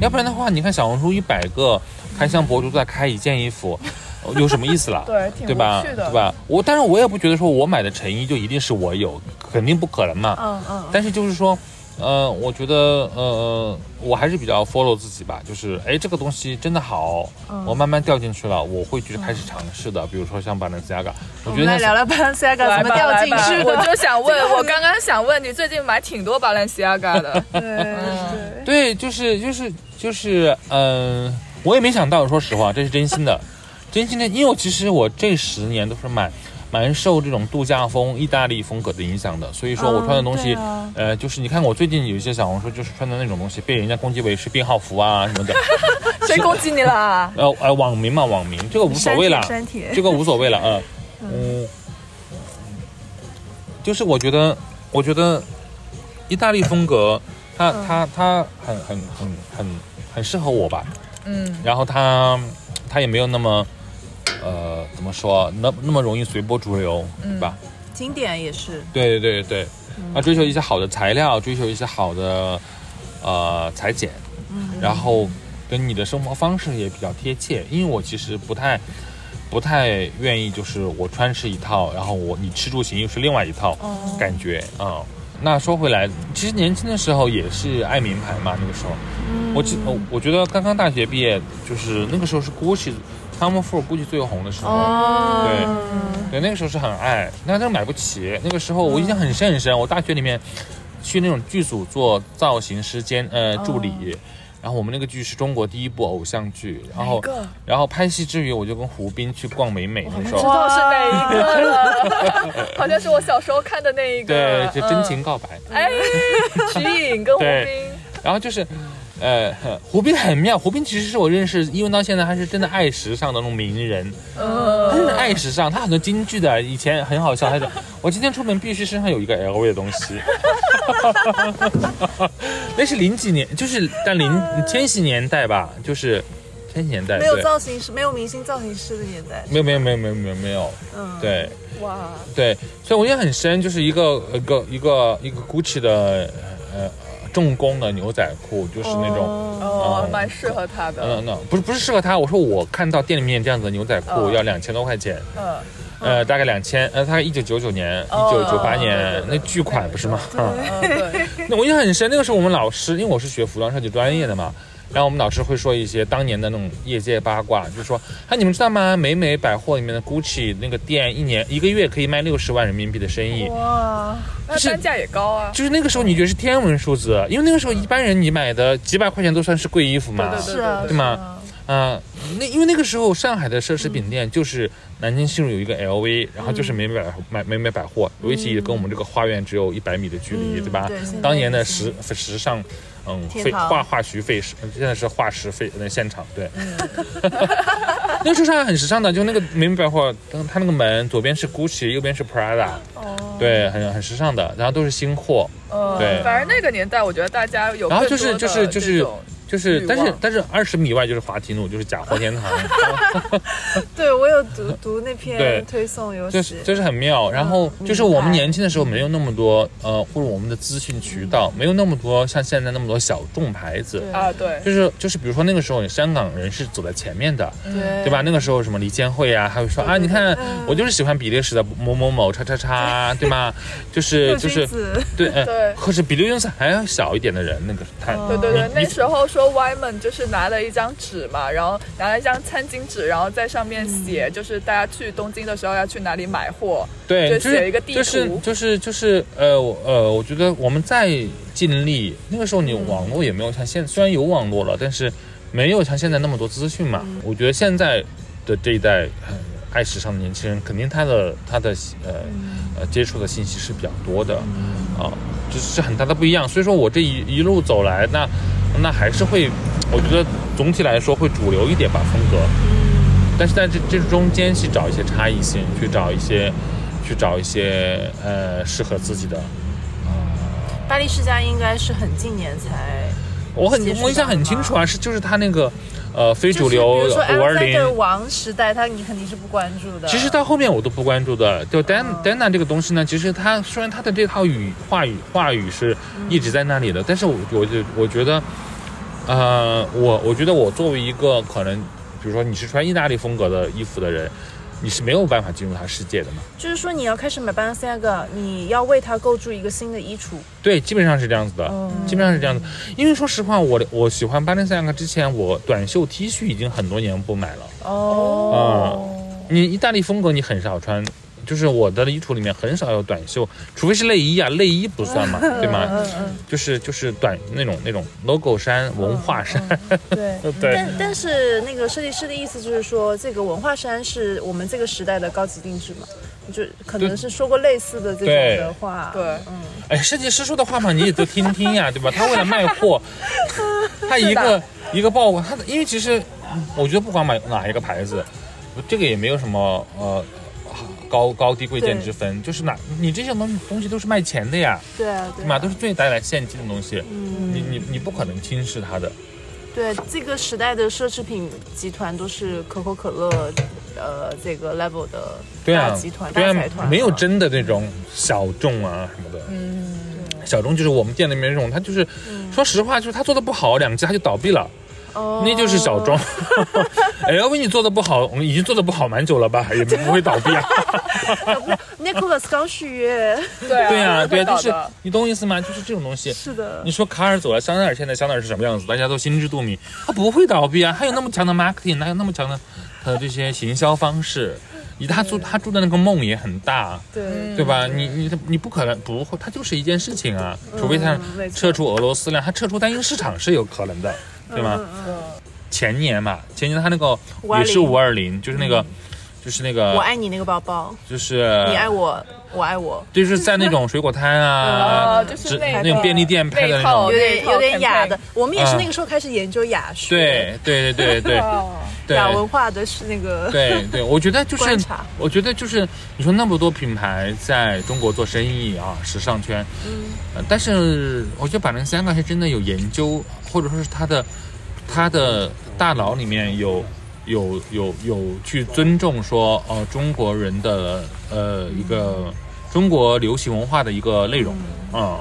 要不然的话，你看小红书一百个开箱博主在开一件衣服，呃有什么意思啦对挺对吧？无趣的对吧？我但是我也不觉得说我买的成衣就一定是我有，肯定不可能嘛。嗯嗯，但是就是说，呃，我觉得呃，我还是比较 follow 自己吧，就是哎，这个东西真的好，嗯我慢慢掉进去了，我会去开始尝试的。比如说像 Balenciaga，我嗯我觉们来得聊像聊 Balenciaga 来怎么吧掉来进吧去我的，就想问，我刚刚想问你，最近买挺多巴兰西亚嘎 [laughs] 的，对 [laughs] 对，对，就是就是就是，嗯、我也没想到，说实话，这是真心的，真心的，因为我其实我这十年都是蛮蛮受这种度假风、意大利风格的影响的，所以说我穿的东嗯对西，啊呃，就是你看我最近有一些小红书就是穿的那种东西，被人家攻击为是病号服啊什么的，谁攻击你啊啦？呃呃，网民嘛，网民这个无所谓啦，删帖删帖这个无所谓了啊，嗯，就是我觉得，我觉得意大利风格，它嗯它它很很很很很适合我吧，嗯，然后它它也没有那么，呃，怎么说，那那么容易随波逐流，嗯对吧？经典也是，对对对，嗯啊，追求一些好的材料，追求一些好的呃裁剪，嗯然后跟你的生活方式也比较贴切。因为我其实不太不太愿意，就是我穿是一套，然后我你吃住行又是另外一套哦感觉啊、那说回来，其实年轻的时候也是爱名牌嘛，那个时候，嗯我记我我觉得刚刚大学毕业，就是那个时候是 Gucci、Tom Ford、Gucci 最红的时候。哦，对对，那个时候是很爱，那但是买不起。那个时候我印象很深很深，我大学里面去那种剧组做造型师兼呃助理，哦然后我们那个剧是中国第一部偶像剧，然后个哦然后拍戏之余我就跟胡斌去逛美美，那时知候道是哪一个了， [laughs] 好像是我小时候看的那一对个，，就真情告白。嗯。哎，徐颖跟胡对兵，然后就是，呃， [laughs] 胡斌很妙，胡斌其实是我认识，因为到现在他是真的爱时尚的那种名人，他真嗯，的爱时尚，他很多京剧的以前很好笑，他说我今天出门必须身上有一个 LV 的东西，那是零几年，就是但零千禧年代吧，就是千禧年代没有对造型师，没有明星造型师的年代，没有没有没有没有没有没有，嗯，，对哇，对，所以我印象很深，就是一个一个一个一个 GUCCI 的呃重工的牛仔裤，就是那种。哦哦，蛮适合他的，嗯，那不是不是适合他。我说我看到店里面这样子的牛仔裤哦要两千多块钱，嗯，呃，大概两千，呃，大概一九九九年、一九哦九八对年对那对巨款不是吗？嗯对， [laughs] 那我印象很深，那个时候我们老师，因为我是学服装设计专业的嘛，然后我们老师会说一些当年的那种业界八卦，就是说，哎，你们知道吗？美美百货里面的 GUCCI 那个店，一年一个月可以卖六十万人民币的生意。哇，那就是单价也高啊，就是那个时候，你觉得是天文数字，因为那个时候一般人你买的几百块钱都算是贵衣服嘛，对是啊，对吗？啊，那因为那个时候上海的奢侈品店就是南京西路有一个 LV，、然后嗯就是美美百买美美百货，尤其跟我们这个花园只有一百米的距离，嗯对吧？对现在当年的已经时时尚，嗯，天废堂化化学废时，现在是化石废那现场对。嗯 [laughs] 那个时候上海很时尚的，就那个美美百货，嗯它那个门左边是 GUCCI，右边是 Prada，、对，哦很很时尚的，然后都是新货，嗯，对反正那个年代，我觉得大家有然后更就多是的就是就这是种，就是，欲但是望但是二十米外就是滑梯路，就是假货天堂。对我有读读那对篇推送游戏，就是就是很妙。然后嗯就是我们年轻的时候没有那么多呃，或者我们的资讯渠道没有那么多像现在那么多小众牌子。对啊，对，就是就是，比如说那个时候，香港人是走在前面的，对对吧？？那个时候什么李健惠啊，还会说啊，你看嗯我就是喜欢比利时的某某某叉叉叉，对吗？就是 [laughs] 六就君是子对，呃对嗯或是比刘英子还要小一点的人，那个他哦对对对，你那你时候说 Wyman 就是拿了一张纸嘛，然后拿了一张餐巾纸，然后在上面写，嗯就是大家去东京的时候要去哪里买 [laughs] 货。对，就就写是一个地就是图就是就是呃我呃，我觉得我们再尽力，那个时候你嗯网络也没有像现，虽然有网嗯络了，但是没有像现在那么多资讯嘛。我觉得现在的这一代，呃爱时尚的年轻人，肯定他的他的呃嗯呃接触的信息是比较多的，啊、这是很大的不一样。所以说我这一一路走来，那那还是会，我觉得总体来说会主流一点吧风格，但是在这这中间去找一些差异性，去找一些去找一些呃适合自己的。巴黎世家应该是很近年才，我很接触我印象到很吗清楚啊，是就是他那个呃非就主是比流如说五二 Alexander 零。王时代，他你肯定是不关注的。其实到后面我都不关注的，哦就 Dan Dana 这个东西呢，其实他虽然他的这套语话语话语是一直在那里嗯的，但是我我就我觉得，呃，我我觉得我作为一个可能，比如说你是穿意大利风格的衣服的人，你是没有办法进入他世界的嘛。就是说你要开始买 Balenciaga，你要为他构筑一个新的衣橱。对，基本上是这样子的，嗯基本上是这样子。因为说实话，我我喜欢巴黎塞亚克之前，我短袖 T 恤已经很多年不买了。啊哦，你意大利风格你很少穿，就是我的衣橱里面很少有短袖，除非是内衣啊，内衣不算嘛，对嗯吗？就是就是短那种那种 logo 衫、文化衫，对。嗯 [laughs] 对嗯但但是那个设计师的意思就是说，这个文化衫是我们这个时代的高级定制嘛，就可能是说过类似的这对种的嗯话，对，哎，设计师说的话嘛，你也都听听呀，对吧？他为了卖 [laughs] 货，他一个一个曝光，他的因为其实我觉得不管买哪一个牌子，这个也没有什么呃高高低贵贱对之分，就是哪你这些东西东西都是卖钱的呀，对啊，对对啊吧？都是最带来现金的东西，嗯你你你不可能轻视它的。对这个时代的奢侈品集团都是可口可乐，呃，这个 level 的对啊大，集团、对大啊财团，啊，没有真的那种小众啊什么的。嗯，小众就是我们店里面那种，他就是、嗯说实话，就是他做的不好，两家他就倒闭了。哦，那就是小众。LV 你做的不好，我们已经做的不好蛮久了吧，也不会倒闭啊。 Nicholas 刚续约，对对啊， [laughs] 对啊，倒就是的你懂我意思吗？就是这种东西。是的你，说卡尔走了，香奈儿现在香奈儿是什么样子？大家都心知肚明，它不会倒闭啊，它有那么强的 marketing，哪有那么强的它的这些行销方式？以他做他做的那个梦也很大，啊嗯对，对吧？你你你不可能不会，它就是一件事情啊，除非它没错撤出俄罗斯量，它撤出单一市场是有可能的，对吗？前年嘛，前年它那个520也是五二零，就是那个，就是那我个，爱你那个包包，就是你啊爱我，我爱我，就是在那种水果摊啊哦，就是只那个种便利店拍的那那一套种有，点有点雅的 campaign，我们也是嗯那个时候开始研究雅学，对对对对对哦 [laughs] 对雅文化的是那 [laughs] 个，对对，我觉得就是观察，我觉得就是你说那么多品牌在中国做生意啊，时尚圈，嗯，但是我觉得百灵三个是真的有研究，或者说是他的他的大脑里面有有有有去尊重说呃中国人的呃一个中国流行文化的一个内容，嗯，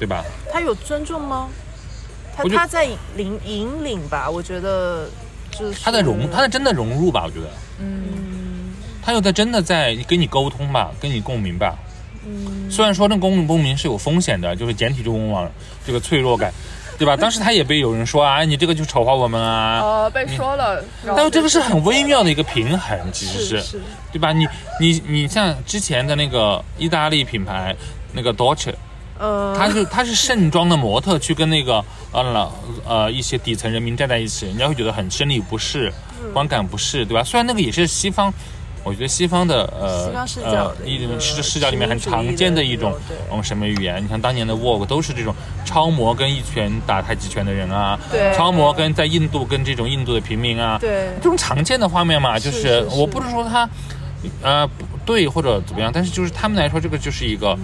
对吧？他有尊重吗？他我觉得他在引引领吧，我觉得就是他在融，他在真的融入吧，我觉得，嗯，他有在真的在跟你沟通吧，跟你共鸣吧，嗯，虽然说那共鸣共鸣是有风险的，就是简体中文网这个脆弱感，对吧？当时他也被有人说啊，你这个就丑化我们啊，哦，被说了，然后嗯但是这个是很微妙的一个平衡，其实是是对吧？你你你像之前的那个意大利品牌那个 Dolce，呃，他是他是盛装的模特去跟那个呃老呃一些底层人民站在一起，人家会觉得很生理不适、嗯观感不适，对吧？虽然那个也是西方，我觉得西方的呃西方视角呃的一一个种视视角里面很殖民主义常见的的一种这种对嗯审美语言。你看当年的 Vogue 都是这种超模跟一拳打太极拳的人啊，对超模跟在印度跟这种印度的平民啊，对这种常见的画面嘛，就是是是是我不是说他，呃，不对或者怎么样，但是就是他们来说，这个就是一个，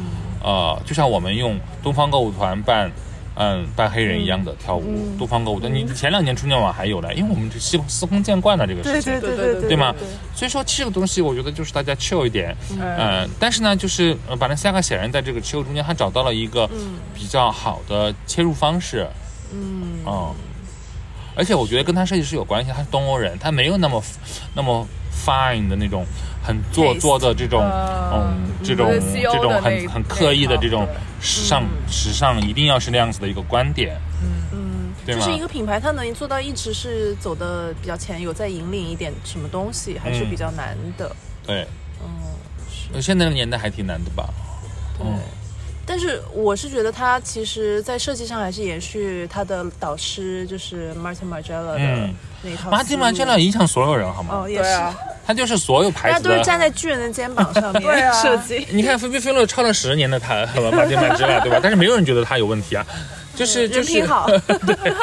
呃，就像我们用东方购物团办，嗯，办黑人一样的跳舞，东方购物团，你前两年春节晚还有呢，因为我们这司司空见惯了这个事对情，对对对对对对吗？所以说这个东西，我觉得就是大家 chill 一点，嗯，呃，但是呢，就是呃，巴伦西亚显然在这个 chill 中间，他找到了一个比较好的切入方式，嗯，而且我觉得跟他设计师有关系，他是东欧人，他没有那么那么 fine 的那种很做 Taste 作的这种，嗯嗯，这种就是 CO 这种的那很一很刻意的那一套这种对时尚时尚一定要是那样子的一个观点，嗯对就吗？是一个品牌，它能做到一直是走的比较前，有在引领一点什么东西，还是嗯比较难的。呃对，嗯，现在的年代还挺难的吧？对，但是我是觉得他其实在设计上还是延续他的导师就是 Martin Margiela 的嗯那一套马思丁路·马吉勒影响所有人好吗？哦也对是，啊，他就是所有牌大家子都是站的。在巨人的肩膀上 [laughs] 对面啊设计。你看菲菲菲洛抄了十年的他和马丁·马吉勒，对吧？但是没有人觉得他有问题啊，就是就人是品 [laughs] 好，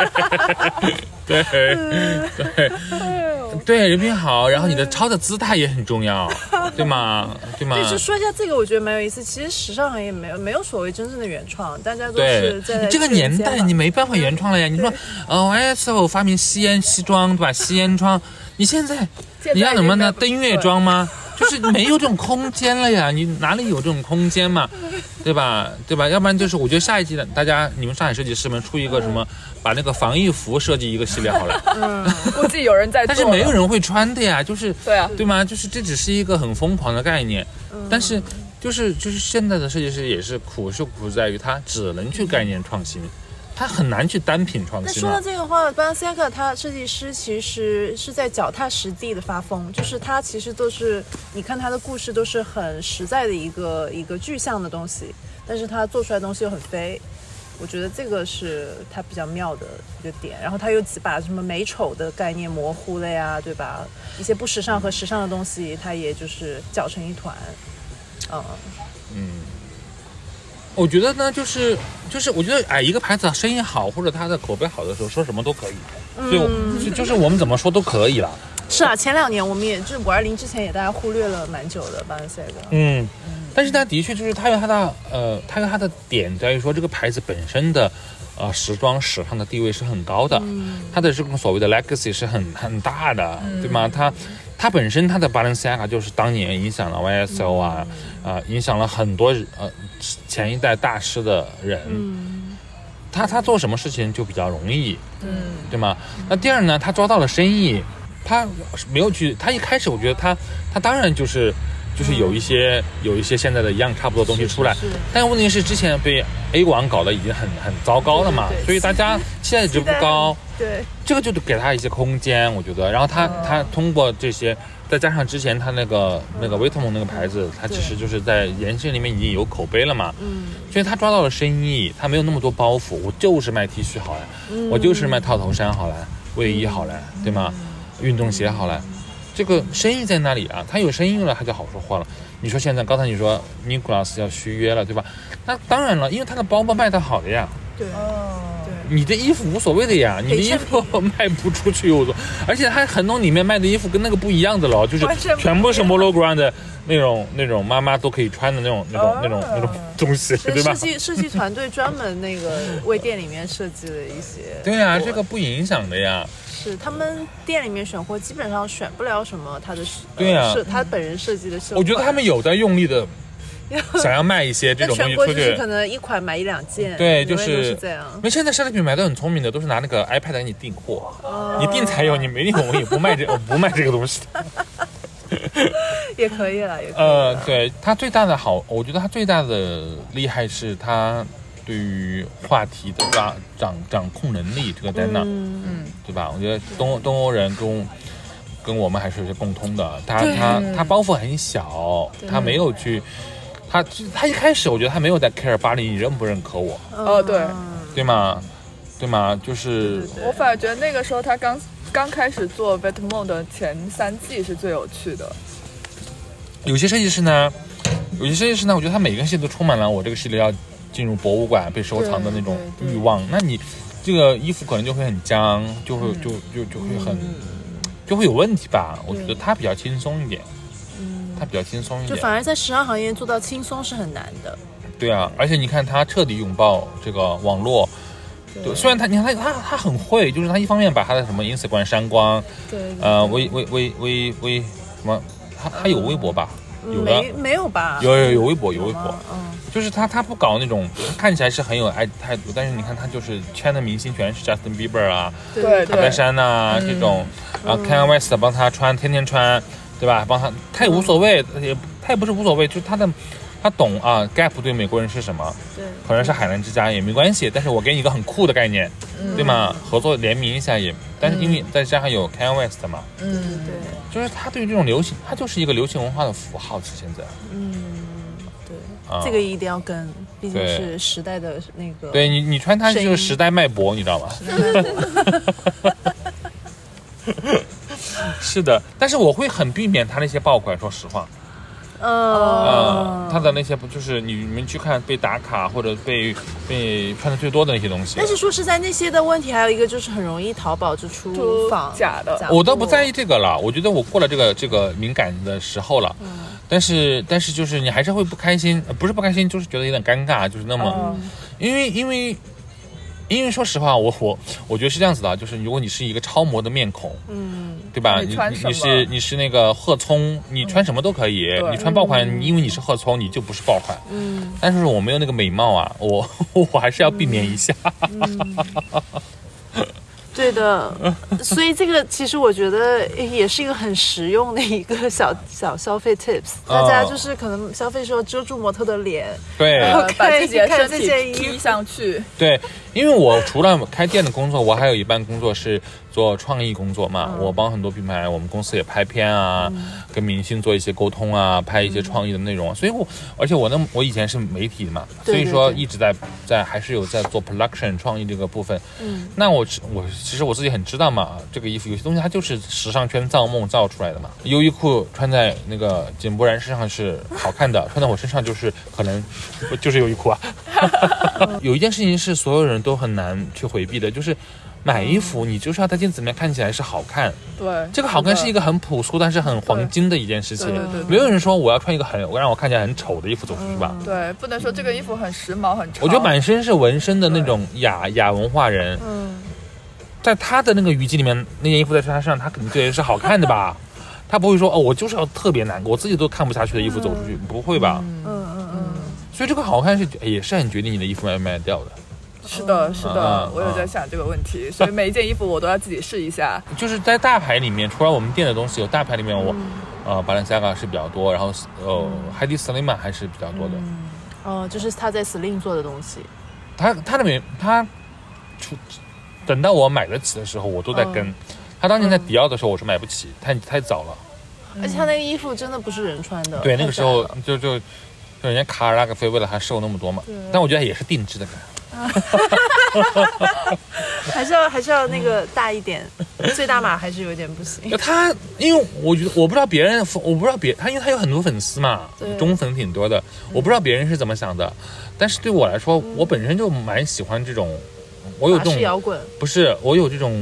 [laughs] 对对哎对，人品好，然后你的抄的姿态也很重要，对吗？对吗？对，就说一下这个，我觉得蛮有意思。其实时尚行业没有没有所谓真正的原创，大家都对是在，这巨个人年代肩膀你没办法原创了呀。你说，呃，我那时候发明吸烟西装，对吧？吸烟装，你现在现在你要怎么呢？已经没有登月装吗？就是没有这种空间了呀，你哪里有这种空间 [laughs] 嘛，对吧？对吧？要不然就是我觉得下一季的大家，你们上海设计师们出一个什嗯么，把那个防疫服设计一个系列好 [laughs] 了，估计有人在做但了，是没有人会穿的呀，就是对啊，嗯对吗？就是这只是一个很疯狂的概念，但是就是就是现在的设计师也是苦，是苦在于他只能去概念创新，他很难去单品创那新啊说到了。这个话，Balenciaga 它设计师其实是在脚踏实地的发疯，就是他其实都是，你看他的故事都是很实在的一个一个具象的东西，但是他做出来的东西又很飞，我觉得这个是他比较妙的一个点。然后他又把什么美丑的概念模糊了呀，对吧？一些不时尚和时尚的东西，他也就是搅成一团。嗯，我觉得呢，就是就是我觉得哎，一个牌子生意好或者它的口碑好的时候，说什么都可以，所以我就就是我们怎么说都可以了。是啊，前两年我们也就是五二零之前也大家忽略了蛮久的 Balenciaga。嗯，但是它的确就是它有它的呃，它有它的点在于说这个牌子本身的呃时装史上的地位是很高的，它的这种所谓的 legacy 是很很大的，对吗？它它本身它的 Balenciaga 就是当年影响了 YSL 啊，啊、影响了很多呃前一代大师的人，嗯嗯他他做什么事情就比较容易，嗯，对吗？那第二呢，他抓到了生意，他没有去，他一开始我觉得他他当然就是就是有一些、有一些现在的一样差不多的东西出来，是是是但问题是之前被 A 广搞得已经很很糟糕了嘛，对对对所以大家期待值不高，对，这个就给他一些空间，我觉得。然后他、他通过这些，再加上之前他那个那个威特蒙那个牌子，他其实就是在延伸里面已经有口碑了嘛，嗯。所以他抓到了生意，他没有那么多包袱，我就是卖 T 恤好了，我就是卖套头衫好了，卫衣好了，对吗？运动鞋好了，这个生意在那里啊，他有生意了，他就好说话了。你说现在刚才你说尼古拉斯要续约了，对吧？那当然了，因为他的包包卖得好的呀，对，哦你的衣服无所谓的呀，你的衣服 [laughs] 卖不出去，我说，而且还很多里面卖的衣服跟那个不一样的了，就是完全不一样全部是 Molo Ground 的那种那种妈妈都可以穿的那种那种那种那啊种东西，所以对吧设？计设计团队专门那个为店里面设计了一些货，对呀、这个不影响的呀。是他们店里面选货基本上选不了什么他的设对啊呃设他本人设计的设计。我觉得他们有在用力 [laughs] 的想要卖一些这在种东全西国出就是去可。能一款买一两件，对，就永远都是这因样。为现在奢侈品牌都很聪明的，都是拿那个 iPad 给你订货，哦你订才有，你没订我们也不卖这，我不卖这个东西的。也可以了，也可以呃了，对他最大的好，我觉得他最大的厉害是他对于话题的掌掌掌控能力，这个在那儿，嗯嗯，对吧？我觉得东欧东欧人跟跟我们还是有些共通的，他他他包袱很小，他没有去，他他一开始我觉得他没有在 care 巴黎你认不认可我，哦对对吗？对吗？就是对我反而觉得那个时候他刚刚开始做 v e t m o n 的前三季是最有趣的，有些设计师呢，有些设计师呢，我觉得他每个系列都充满了我这个系列要进入博物馆被收藏的那种对对欲望。那你这个衣服可能就会很僵，就嗯会就就就会很就会有问题吧？我觉得他比较轻松一点，他比较轻松嗯一就点反。而在时尚行业做到轻松是很难的。对啊，而且你看他彻底拥抱这个网络。对，虽然他，你看他，他他很会，就是他一方面把他的什么 Instagram 删光，对，呃，微微微微微什么，他他有微博吧？有的，没没有吧？有有有微博，有微博吗，嗯，就是他，他不搞那种看起来是很有爱态度，但是你看他就是圈的明星全是 Justin Bieber 啊、对卡对戴珊呐、这种，然后 Kanye West 帮他穿，天天穿，对吧？帮他，他也无所谓，也他也不是无所谓，就是他的，他懂啊，Gap 对美国人是什么，对，可能是海澜之家也没关系，但是我给你一个很酷的概念，嗯对吗？合作联名一下也，但是因为再加上有 Kanye West 嘛，嗯，对，就是他对于这种流行，他就是一个流行文化的符号，其实现在，嗯，对。啊、啊这个一定要跟，毕竟对是时代的那个。对你，你穿它声就音是时代脉搏，你知 [laughs] 道吗？是的，但是我会很避免它那些爆款，说实话，呃嗯呃，，它的那些不就是你们去看被打卡或者被被穿的最多的那些东西。但是说实在，那些的问题还有一个就是很容易淘宝就出出仿假的我倒不在意这个了，我觉得我过了这个这个敏感的时候了。嗯但是但是就是你还是会不开心，呃不是不开心，就是觉得有点尴尬，就是那嗯嗯么，因为因为因为说实话，我我我觉得是这样子的啊，就是如果你是一个超模的面孔，嗯，对吧？你你穿你什你么是你是那个贺葱，你穿什么都可以，对嗯你穿爆款，因为你是贺葱，你就不是爆款。嗯，但是我没有那个美貌啊，我 [laughs] 我还是要避免一下。嗯对的。 [laughs] 所以这个其实我觉得也是一个很实用的一个小小消费 tips，大哦家就是可能消费时候遮住模特的脸，对 [laughs] 呃把看自己的看身这件衣体服披上去，对，因为我除了开店的工作，我还有一半工作是做创意工作嘛，嗯我帮很多品牌，我们公司也拍片啊，跟明星做一些沟通啊，拍一些创意的内容啊，所以我而且我那我以前是媒体的嘛，对所以对说对一直在在还是有在做 production 创意这个部分。嗯，那我知我其实我自己很知道嘛，这个衣服有些东西它就是时尚圈造梦造出来的嘛，优衣库穿在那个井柏然身上是好看的，穿在我身上就是可能就是优衣库啊。有一件事情是所有人都很难去回避的，就是买衣服，你就是要在镜子里面看起来是好看。对，这个好看是一个个很朴素，但是很黄金的一件事情嗯对对对。对没有人说我要穿一个很让我看起来很丑的衣服走出去吧。对，不能说这个衣服很时髦很潮。我觉得满身是纹身的那种亚亚文化人，嗯，在他的那个语境里面，那件衣服在他身上，他肯定觉得是好看的吧？ [laughs] 他不会说哦，我就是要特别难过，我自己都看不下去的衣服走出去，不会吧？嗯嗯嗯，所以这个好看是哎也是很决定你的衣服卖不卖得掉的。是的，是的嗯，我有在想这个问题，所以每一件衣服我都要自己试一下。就是在大牌里面，除了我们店的东西，有大牌里面我，嗯呃，巴伦西亚嘎是比较多，然后呃，海迪斯 l 玛还是比较多的。哦，就是他在 Slim 做的东西，他他的每他出等到我买得起的时候，我都在跟。嗯他当年在迪奥的时候，我是买不起，太太早了。而且他那个衣服真的不是人穿的，对，太那个时假候了就就就人家卡尔拉格菲为了他瘦那么多嘛，但我觉得也是定制的感觉。 [laughs] 还是要还是要那个大一 [laughs] 点，最大码还是有点不行 [laughs] 就。他，因为我觉得我不知道别人，我不知道别他，因为他有很多粉丝嘛对，嗯忠粉挺多的，我不知道别人是怎么想的，但是对我来说，我本身就蛮喜欢这种，我有法这式啊摇种滚，不是我有这种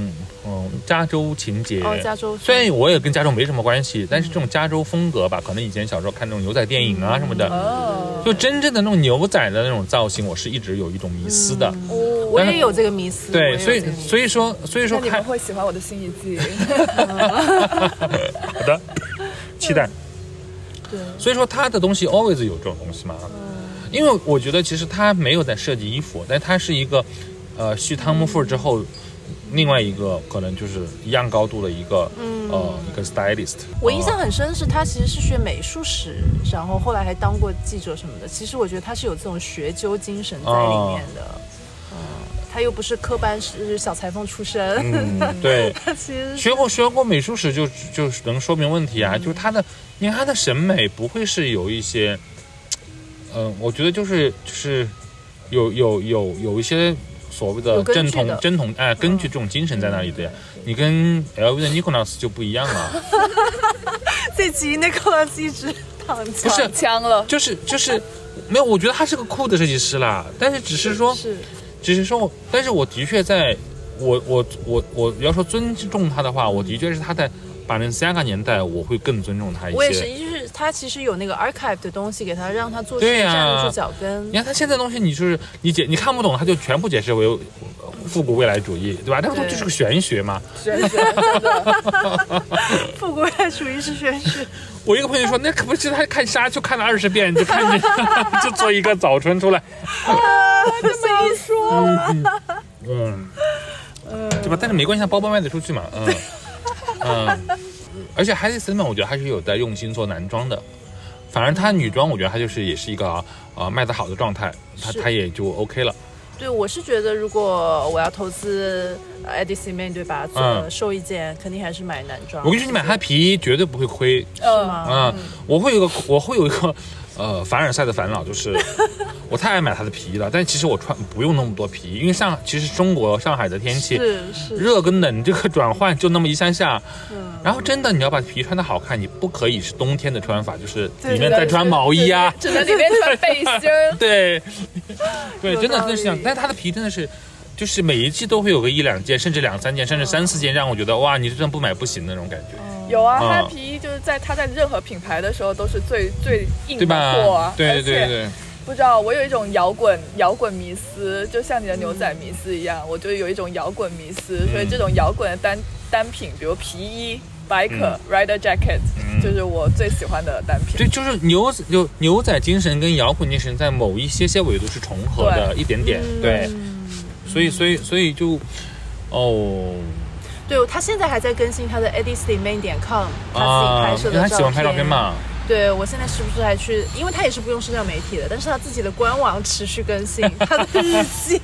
嗯加州情节。哦，加嗯州虽然我也跟加州没什么关系，但是这种加州风格吧，可能以前小时候看那种牛仔电影啊嗯什么的，哦，就真正的那种牛仔的那种造型，我是一直有一种迷思的。我嗯也有这个迷思。对，所以所以以说所以那说你们看会喜欢我的新一 [laughs] 季？好的，期待。对嗯所以说他的东西 always 有这种东西嘛，因为我觉得其实他没有在设计衣服，但他是一个，呃，续汤姆富之后，另外一个可能就是一样高度的一个，呃，一个 stylist。嗯我印象呃很深是他其实是学美术史，然后后来还当过记者什么的。其实我觉得他是有这种学究精神在里面的。哦嗯，他又不是科班是小裁缝出身，嗯，对， [laughs] 他其实是学过学过美术史就就能说明问题嗯啊，就是他的，你看他的审美不会是有一些，嗯、我觉得就是就是有有有有一些所谓的有根据正统的嗯正统哎、根据这种精神在那里的呀，你跟 LV 的 Nicolas 就不一样了， [laughs] 这集那个一直躺不枪。是躺 [laughs] 枪了，就是就是没有，我觉得他是个酷的设计师啦，但是只是说是只是说，但是我的确在，我我我我要说尊重他的话，我的确是他在。巴伦西亚嘎年代，我会更尊重他一些。我也是，就是他其实有那个 archive 的东西给他，让他做事对呀站得住脚跟你。看他现在东西，你就是你解你看不懂，他就全部解释为复古未来主义，对吧？这不对就是个玄学嘛？真是真的，富贵还属于是宣 [laughs] 誓。我一个朋友说，那可不是他看沙丘看了二十遍，就看这 [laughs] 就做一个早春出来，这么一说，嗯，对吧？但是没关系，他包包卖得出去嘛，嗯嗯，而且 Harry s i m o n 我觉得还是有在用心做男装的。反正他女装，我觉得他就是也是一个啊、呃卖得好的状态，他是啊他也就 OK 了。对我是觉得，如果我要投资 Edison Man 对吧，做嗯受益件，肯定还是买男装。嗯我跟你说，你买他皮衣绝对不会亏，是吗？啊，我会有一个，我会有一个， [laughs] 呃，凡尔赛的烦恼就是我太爱买它的皮衣了，但其实我穿不用那么多皮衣，因为上其实中国上海的天气是是，热跟冷这个转换就那么一下下，嗯然后真的你要把皮衣穿的好看，你不可以是冬天的穿法，就是对里面再穿毛衣啊，。只能里面穿背心儿 [laughs] 对， [laughs] 对，真的道真的是这样理。但是它的皮真的是，就是每一季都会有个一两件，甚至两三件，甚至三四件，让我觉得哇，你真的不买不行的那种感觉，有啊，嗯它皮衣就是在它在任何品牌的时候都是最最硬对的货吧啊。？对而且对对，不知道，我有一种摇滚摇滚迷思，就像你的牛仔迷思一样，我就有一种摇滚迷思，所以这种摇滚的单单品，比如皮衣、biker、rider jacket，、嗯就是我最喜欢的单品。对，就是牛仔就牛仔精神跟摇滚精神在某一些些维度是重合的，一点点，嗯对，所以所以所以就，哦，对，他现在还在更新他的 editstemain.com，啊，他自己拍摄因的为他喜欢拍照照片。嘛，对，我现在时不时还去，因为他也是不用社交媒体的，但是他自己的官网持续更 [laughs] 新他的日记。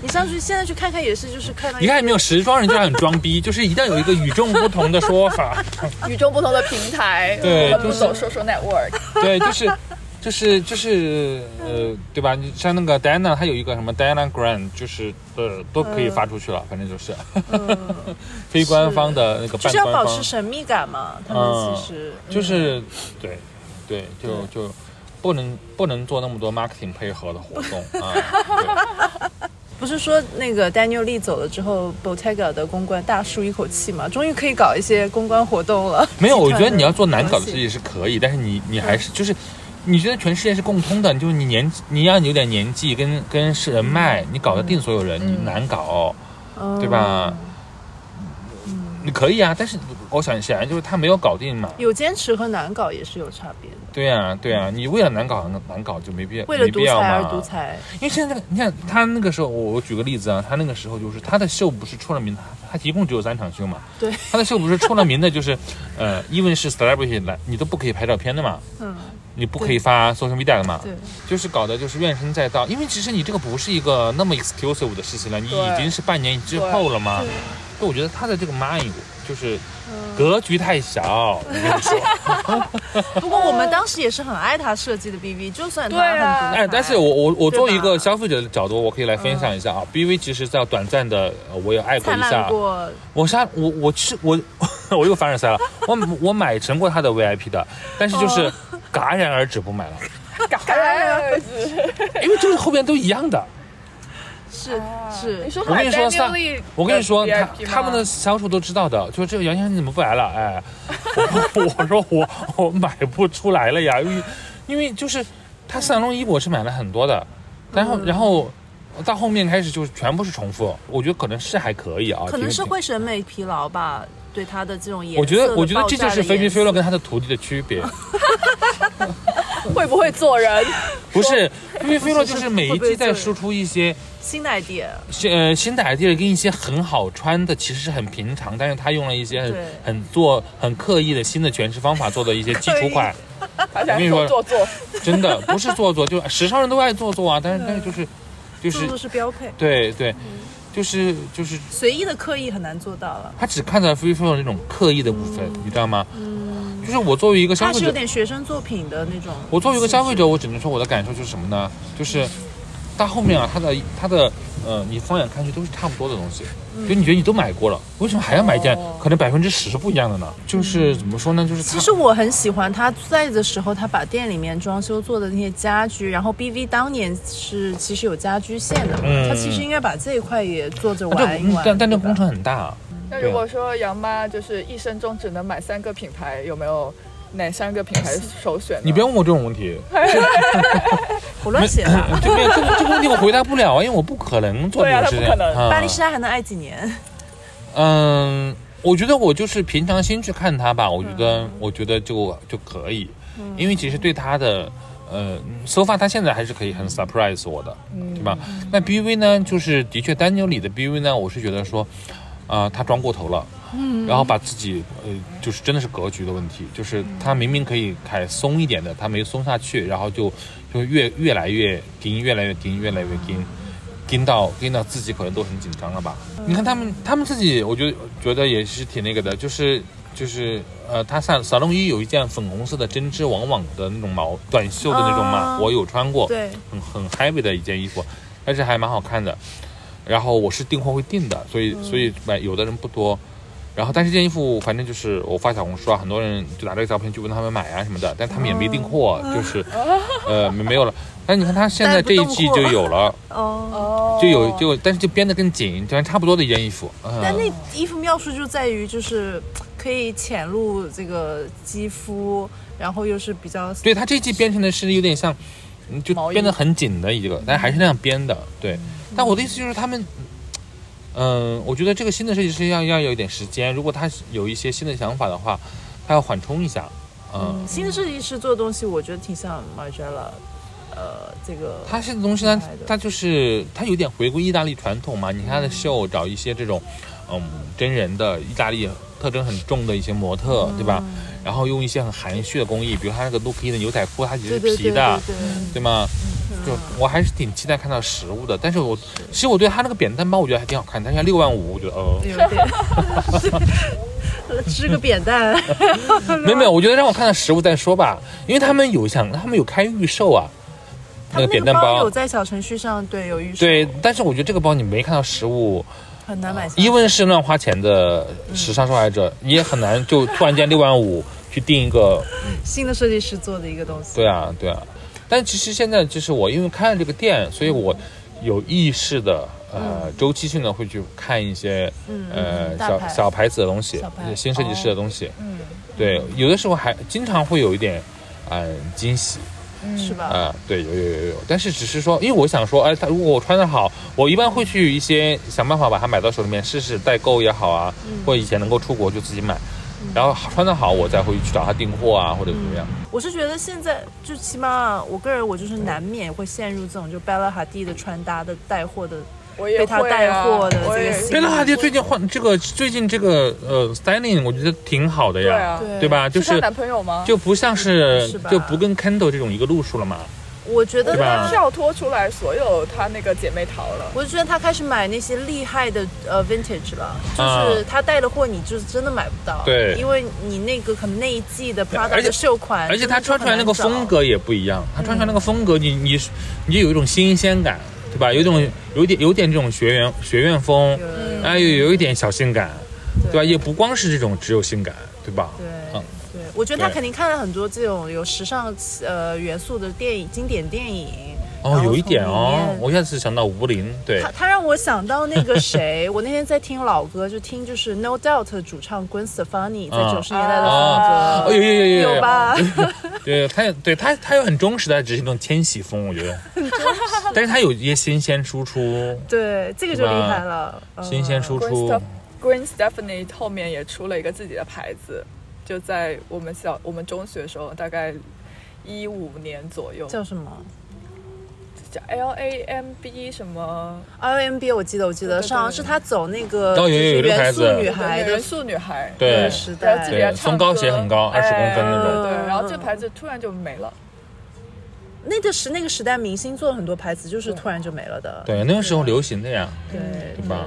你上去现在去看看也是，就是看到一你看有没有，时装人就是很装逼，就是一旦有一个与众不同的说法，与众不同的平台，对我们就是走说 [laughs] 说 network，对，就是就是就是呃，对吧？你像那个 Diana，她有一个什么 Diana Grand，就是呃都可嗯以发出去了，反正就是、 [laughs] 非官方的那个就嗯半是要官保方，持神秘感嘛。他们其实、嗯嗯就是对对，就就不能不能做那么多 marketing 配合的 [laughs] 活动啊。对不是说那个 Daniel Lee 走了之后，Bottega 的公关大舒一口气嘛，终于可以搞一些公关活动了。没有，我觉集团得的你要做难搞东的事西情是可以，但是你你还是就是。你觉得全世界是共通的，就是你年你要有点年纪跟跟是人脉，你搞得定所有人，你难搞。嗯对？吧？你可以啊，但是我想显然就是他没有搞定嘛。嗯有坚持和难搞也是有差别的。对啊，对啊，你为了难搞难搞就没必要，为了没必独要裁而嘛独。裁，因为现在那个，你看他那个时候，我我举个例子啊，他那个时候就是他的秀不是出了名的，他他一共只有三场秀嘛。对。他的秀不是出了名的，就是呃，因为是 celebrity 来，你都不可以拍照片的嘛，嗯，你不可以发 social media 的嘛。对。就是搞得就是怨声载道，因为其实你这个不是一个那么 exclusive 的事情了，你对已经是半年之后了嘛。所以我觉得他的这个 mind 就是嗯格局太小，我跟你 [laughs] 说，不过我们当时也是很爱他设计的 BV，就算他对啊很独裁，哎，但是我我对吧嗯我作为一个消费者的角度，我可以来分享一下啊。BV 其实在短暂的，呃我也爱过灿一烂下。过，我下我我吃我 [laughs] 我又凡尔赛了，我我买成过他的 VIP 的，但是哦就是戛然而止不买了，哎因为就是后边都一样的。是是你，说我跟你说，海他丹利利的，我跟你说，他 VIP 吗他们的销售都知道的，就是这个杨先生你怎么不来了？哎， [laughs] 我我说我我买不出来了呀，因为因为就是他三龙一我是买了很多的，然嗯后然后到后面开始就是全部是重复，我觉得可能是还可以啊，可能挺是。会审美疲劳吧，对他的这种颜色我觉得，我觉得这就是菲比菲洛洛跟他的徒弟的区别，会不会做人？不是菲比菲洛就是每一会不会季在做输出一些新的 idea，新呃新的 idea 跟一些很好穿的，其实是很平常，但是他用了一些很对很做很刻意的新的诠释方法做的一些基础款，他我想跟你说说做做，真的不是做作，就时尚人都爱做作啊，但是但是就是这就是都是标配，对对，嗯就是就是随意的刻意很难做到啊了。他只看到 free f l o 那种刻意的部分，你知道吗？就是我作为一个嗯消他费是有者，点学生作品的那种，我作为一个消费者，我只能说我的感受就是什么呢？就是到后面啊，它的它的呃，你放眼看去都是差不多的东西，嗯就你觉得你都买过了，为什么还要买一件可能百分之十不一样的呢？就是怎么说呢？就是它哦嗯其实我很喜欢他在的时候，他把店里面装修做的那些家居，然后 BV 当年是其实有家居线的嘛，嗯他其实应该把这一块也做着啊玩一对玩。，但但这对吧工程很大，啊那对如果说杨妈就是一生中只能买三个品牌，有没有哪三个品牌是首选呢？啊你不要问我这种 [laughs] 问题，我乱写的。这边这个这个问题我回答不了啊，因为我不可能做这对啊种事情。他不可能啊巴黎世家还能爱几年？嗯，我觉得我就是平常心去看他吧，我觉得、嗯我觉得就就可以，因为其实对他的呃，so far 他现在还是可以很 surprise 我的，对吧？嗯那 BV 呢，就是的确丹尼里的 BV 呢，我是觉得说，啊，他装过头了。嗯然后把自己，呃，就是真的是格局的问题，就是他明明可以开松一点的，他没松下去，然后就就越越来越盯，越来越盯，越来越盯，盯到盯到嗯自己可能都很紧张了吧？你看他们他们自己，我就觉得也是挺那个的，就是就是呃，它萨萨隆伊有一件粉红色的针织网网的那种毛短袖的那种嘛，啊我有穿过，对，很很 heavy 的一件衣服，但是还蛮好看的。然后我是订货会订的，所以嗯所以买有的人不多。然后但是这件衣服反正就是我发小红书啊，很多人就拿这个照片去问他们买啊什么的，但他们也没订货，哦就是呃没没有了。但你看他现在这一季就有了，呃哦。哦就有就但是就编得更紧，就差不多的一件衣服。嗯、但那衣服妙处就在于，就是可以潜入这个肌肤，然后又是比较对它这一季编成的是有点像，嗯就毛衣编得很紧的一个，但还是那样编的。嗯对，但我的意思就是他们，嗯、我觉得这个新的设计师要要有一点时间，如果他有一些新的想法的话，他要缓冲一下。嗯，新的设计师做的东西，我觉得挺像 Margiela，呃，这个他现在东西呢明白的，嗯他就是他有点回归意大利传统嘛。你看他的秀找一些这种，嗯，真人的意大利特征很重的一些模特，对嗯吧？然后用一些很含蓄的工艺，比如他那个 l u k 的牛仔裤，它其实对对是皮对对的，对，对吗？就嗯我还是挺期待看到实物的，但是我其实我对他那个扁担包，我觉得还挺好看，但是六万五，我觉得呃，有一点 [laughs] 织个扁担，没有没有，我觉得让我看到实物再说吧，因为他们有想，他们有开预售啊，他个们扁那担个包包有，在小程序上对有预售，对，但是我觉得这个包你没看到实物，很难买下来。一问是乱花钱的时尚受害者，你也很难就突然间六万五去定一个新的设计师做的一个东西，对啊，对啊。但其实现在就是我因为开了这个店，所以我有意识的呃周期性的会去看一些嗯呃嗯大小牌小牌子的东西小牌，哦新设计师的东西。嗯对，有的时候还经常会有一点。嗯，惊喜嗯是吧？啊、对，有有有有，但是只是说，因为我想说，哎，他如果我穿的好，我一般会去一些想办法把它买到手里面试试，代购也好啊，嗯或以前能够出国就自己买，然后穿的好，我再会去找他订货啊，或者怎么样。我是觉得现在就起码我个人我就是难免会陷入这种就 Bella Hadid 的穿搭的带货的，我也被他会啊带货的我这个也啊心贝拉哈迪最近换这个最近这个呃 styling，我觉得挺好的对呀，啊，对对吧？就是她是男朋友吗？就不像是是吧就不跟 Kendall 这种一个路数了嘛。我觉得对吧他跳脱出来所有她那个姐妹淘了。我就觉得他开始买那些厉害的呃 vintage 了，啊就是他带的货，你就是真的买不到。对因为你那个可能那一季的 Prada 而且的秀款，而且他穿出来那个风格，格也不一样，他穿出来嗯那个风格，你你你就有一种新鲜感，对吧？有一种有点有点这种学院学院风，对哎，有有一点小性感，对对吧？也不光是这种只有性感，对吧？对嗯对，我觉得他对肯定看了很多这种有时尚呃元素的电影，经典电影。然哦，后有一点从里哦面，我一下子想到吴林，对他，他让我想到那个 [laughs] 谁，我那天在听老歌，就听就是 No Doubt 主唱 Gwen Stefani 在啊九十年代的啊风哦，格，有有有有有有吧？ [laughs] 对他也对他他又很忠实的，只是那种千禧风，我觉得。但是他有一些新鲜输出，对，这个就是厉吧害了，嗯新鲜输 Green 出 Steph-。Green Stephanie 后面也出了一个自己的牌子，就在我们小我们中学的时候，大概一五年左右，叫什么？叫 L A M B 什么 R M B，我记得，我记得对对上对是她走那个哦有就有是有这个牌元素子女对孩元的素女孩，那对个时然后自己代，要对唱松糕鞋很高歌20公分那种哎对，然后这牌子突然就没了，那个时那个时代明星做了很多牌子，就是突然就没了的。对，那个时候流行的呀，对对吧？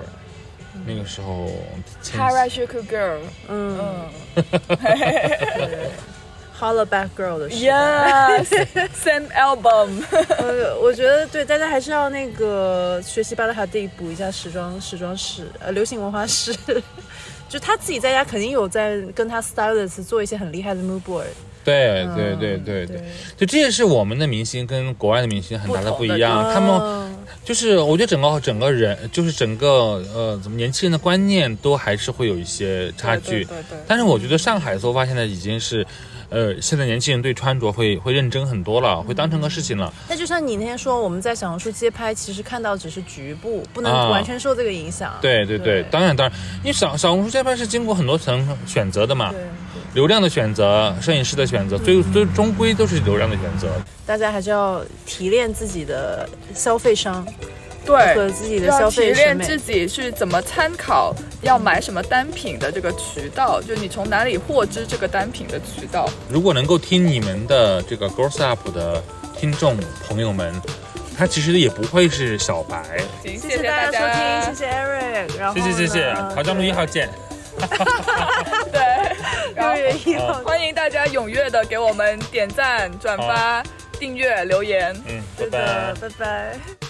那个时候千 h a r a 禧， s h u k Girl， [laughs] 嗯嗯，Holla Back Girl 的时代。 [laughs] ，Yes，Same Album，呃，我觉得对，大家还是要那个学习巴勒哈蒂补一下时装时装史，呃，流行文化史。 [laughs] 就他自己在家肯定有在跟他 stylist 做一些很厉害的 mood board，对嗯对对对对对，就这也是我们的明星跟国外的明星很大的不一样，啊他们嗯就是我觉得整个整个人就是整个呃怎么年轻人的观念都还是会有一些差距，对对对，但是我觉得上海 SOFA 现在已经是，呃，现在年轻人对穿着会会认真很多嗯了，会当成个事情了。那就像你那天说，我们在小红书街拍，其实看到只是局部，不能啊完全受这个影响。对对对，当然当然，因为小小红书这边是经过很多层选择的嘛，对，嗯流量的选择、摄影师的选择，最最终归都是流量的选择。大家还是要提炼自己的消费商和对。自己的消要提费审炼美自。己去怎么参考要买什么单品的这个渠道，就你从哪里获知这个单品的渠道。如果能够听你们的这个 Girls Up 的听众朋友们，他其实也不会是小白。行，谢谢大大家收听，谢谢 Eric，然后谢谢谢谢呢， [laughs] 桃江路一号见。对。对，以后欢迎大家踊跃的给我们点赞、转发、订阅、留言。嗯，拜真拜的，。拜拜。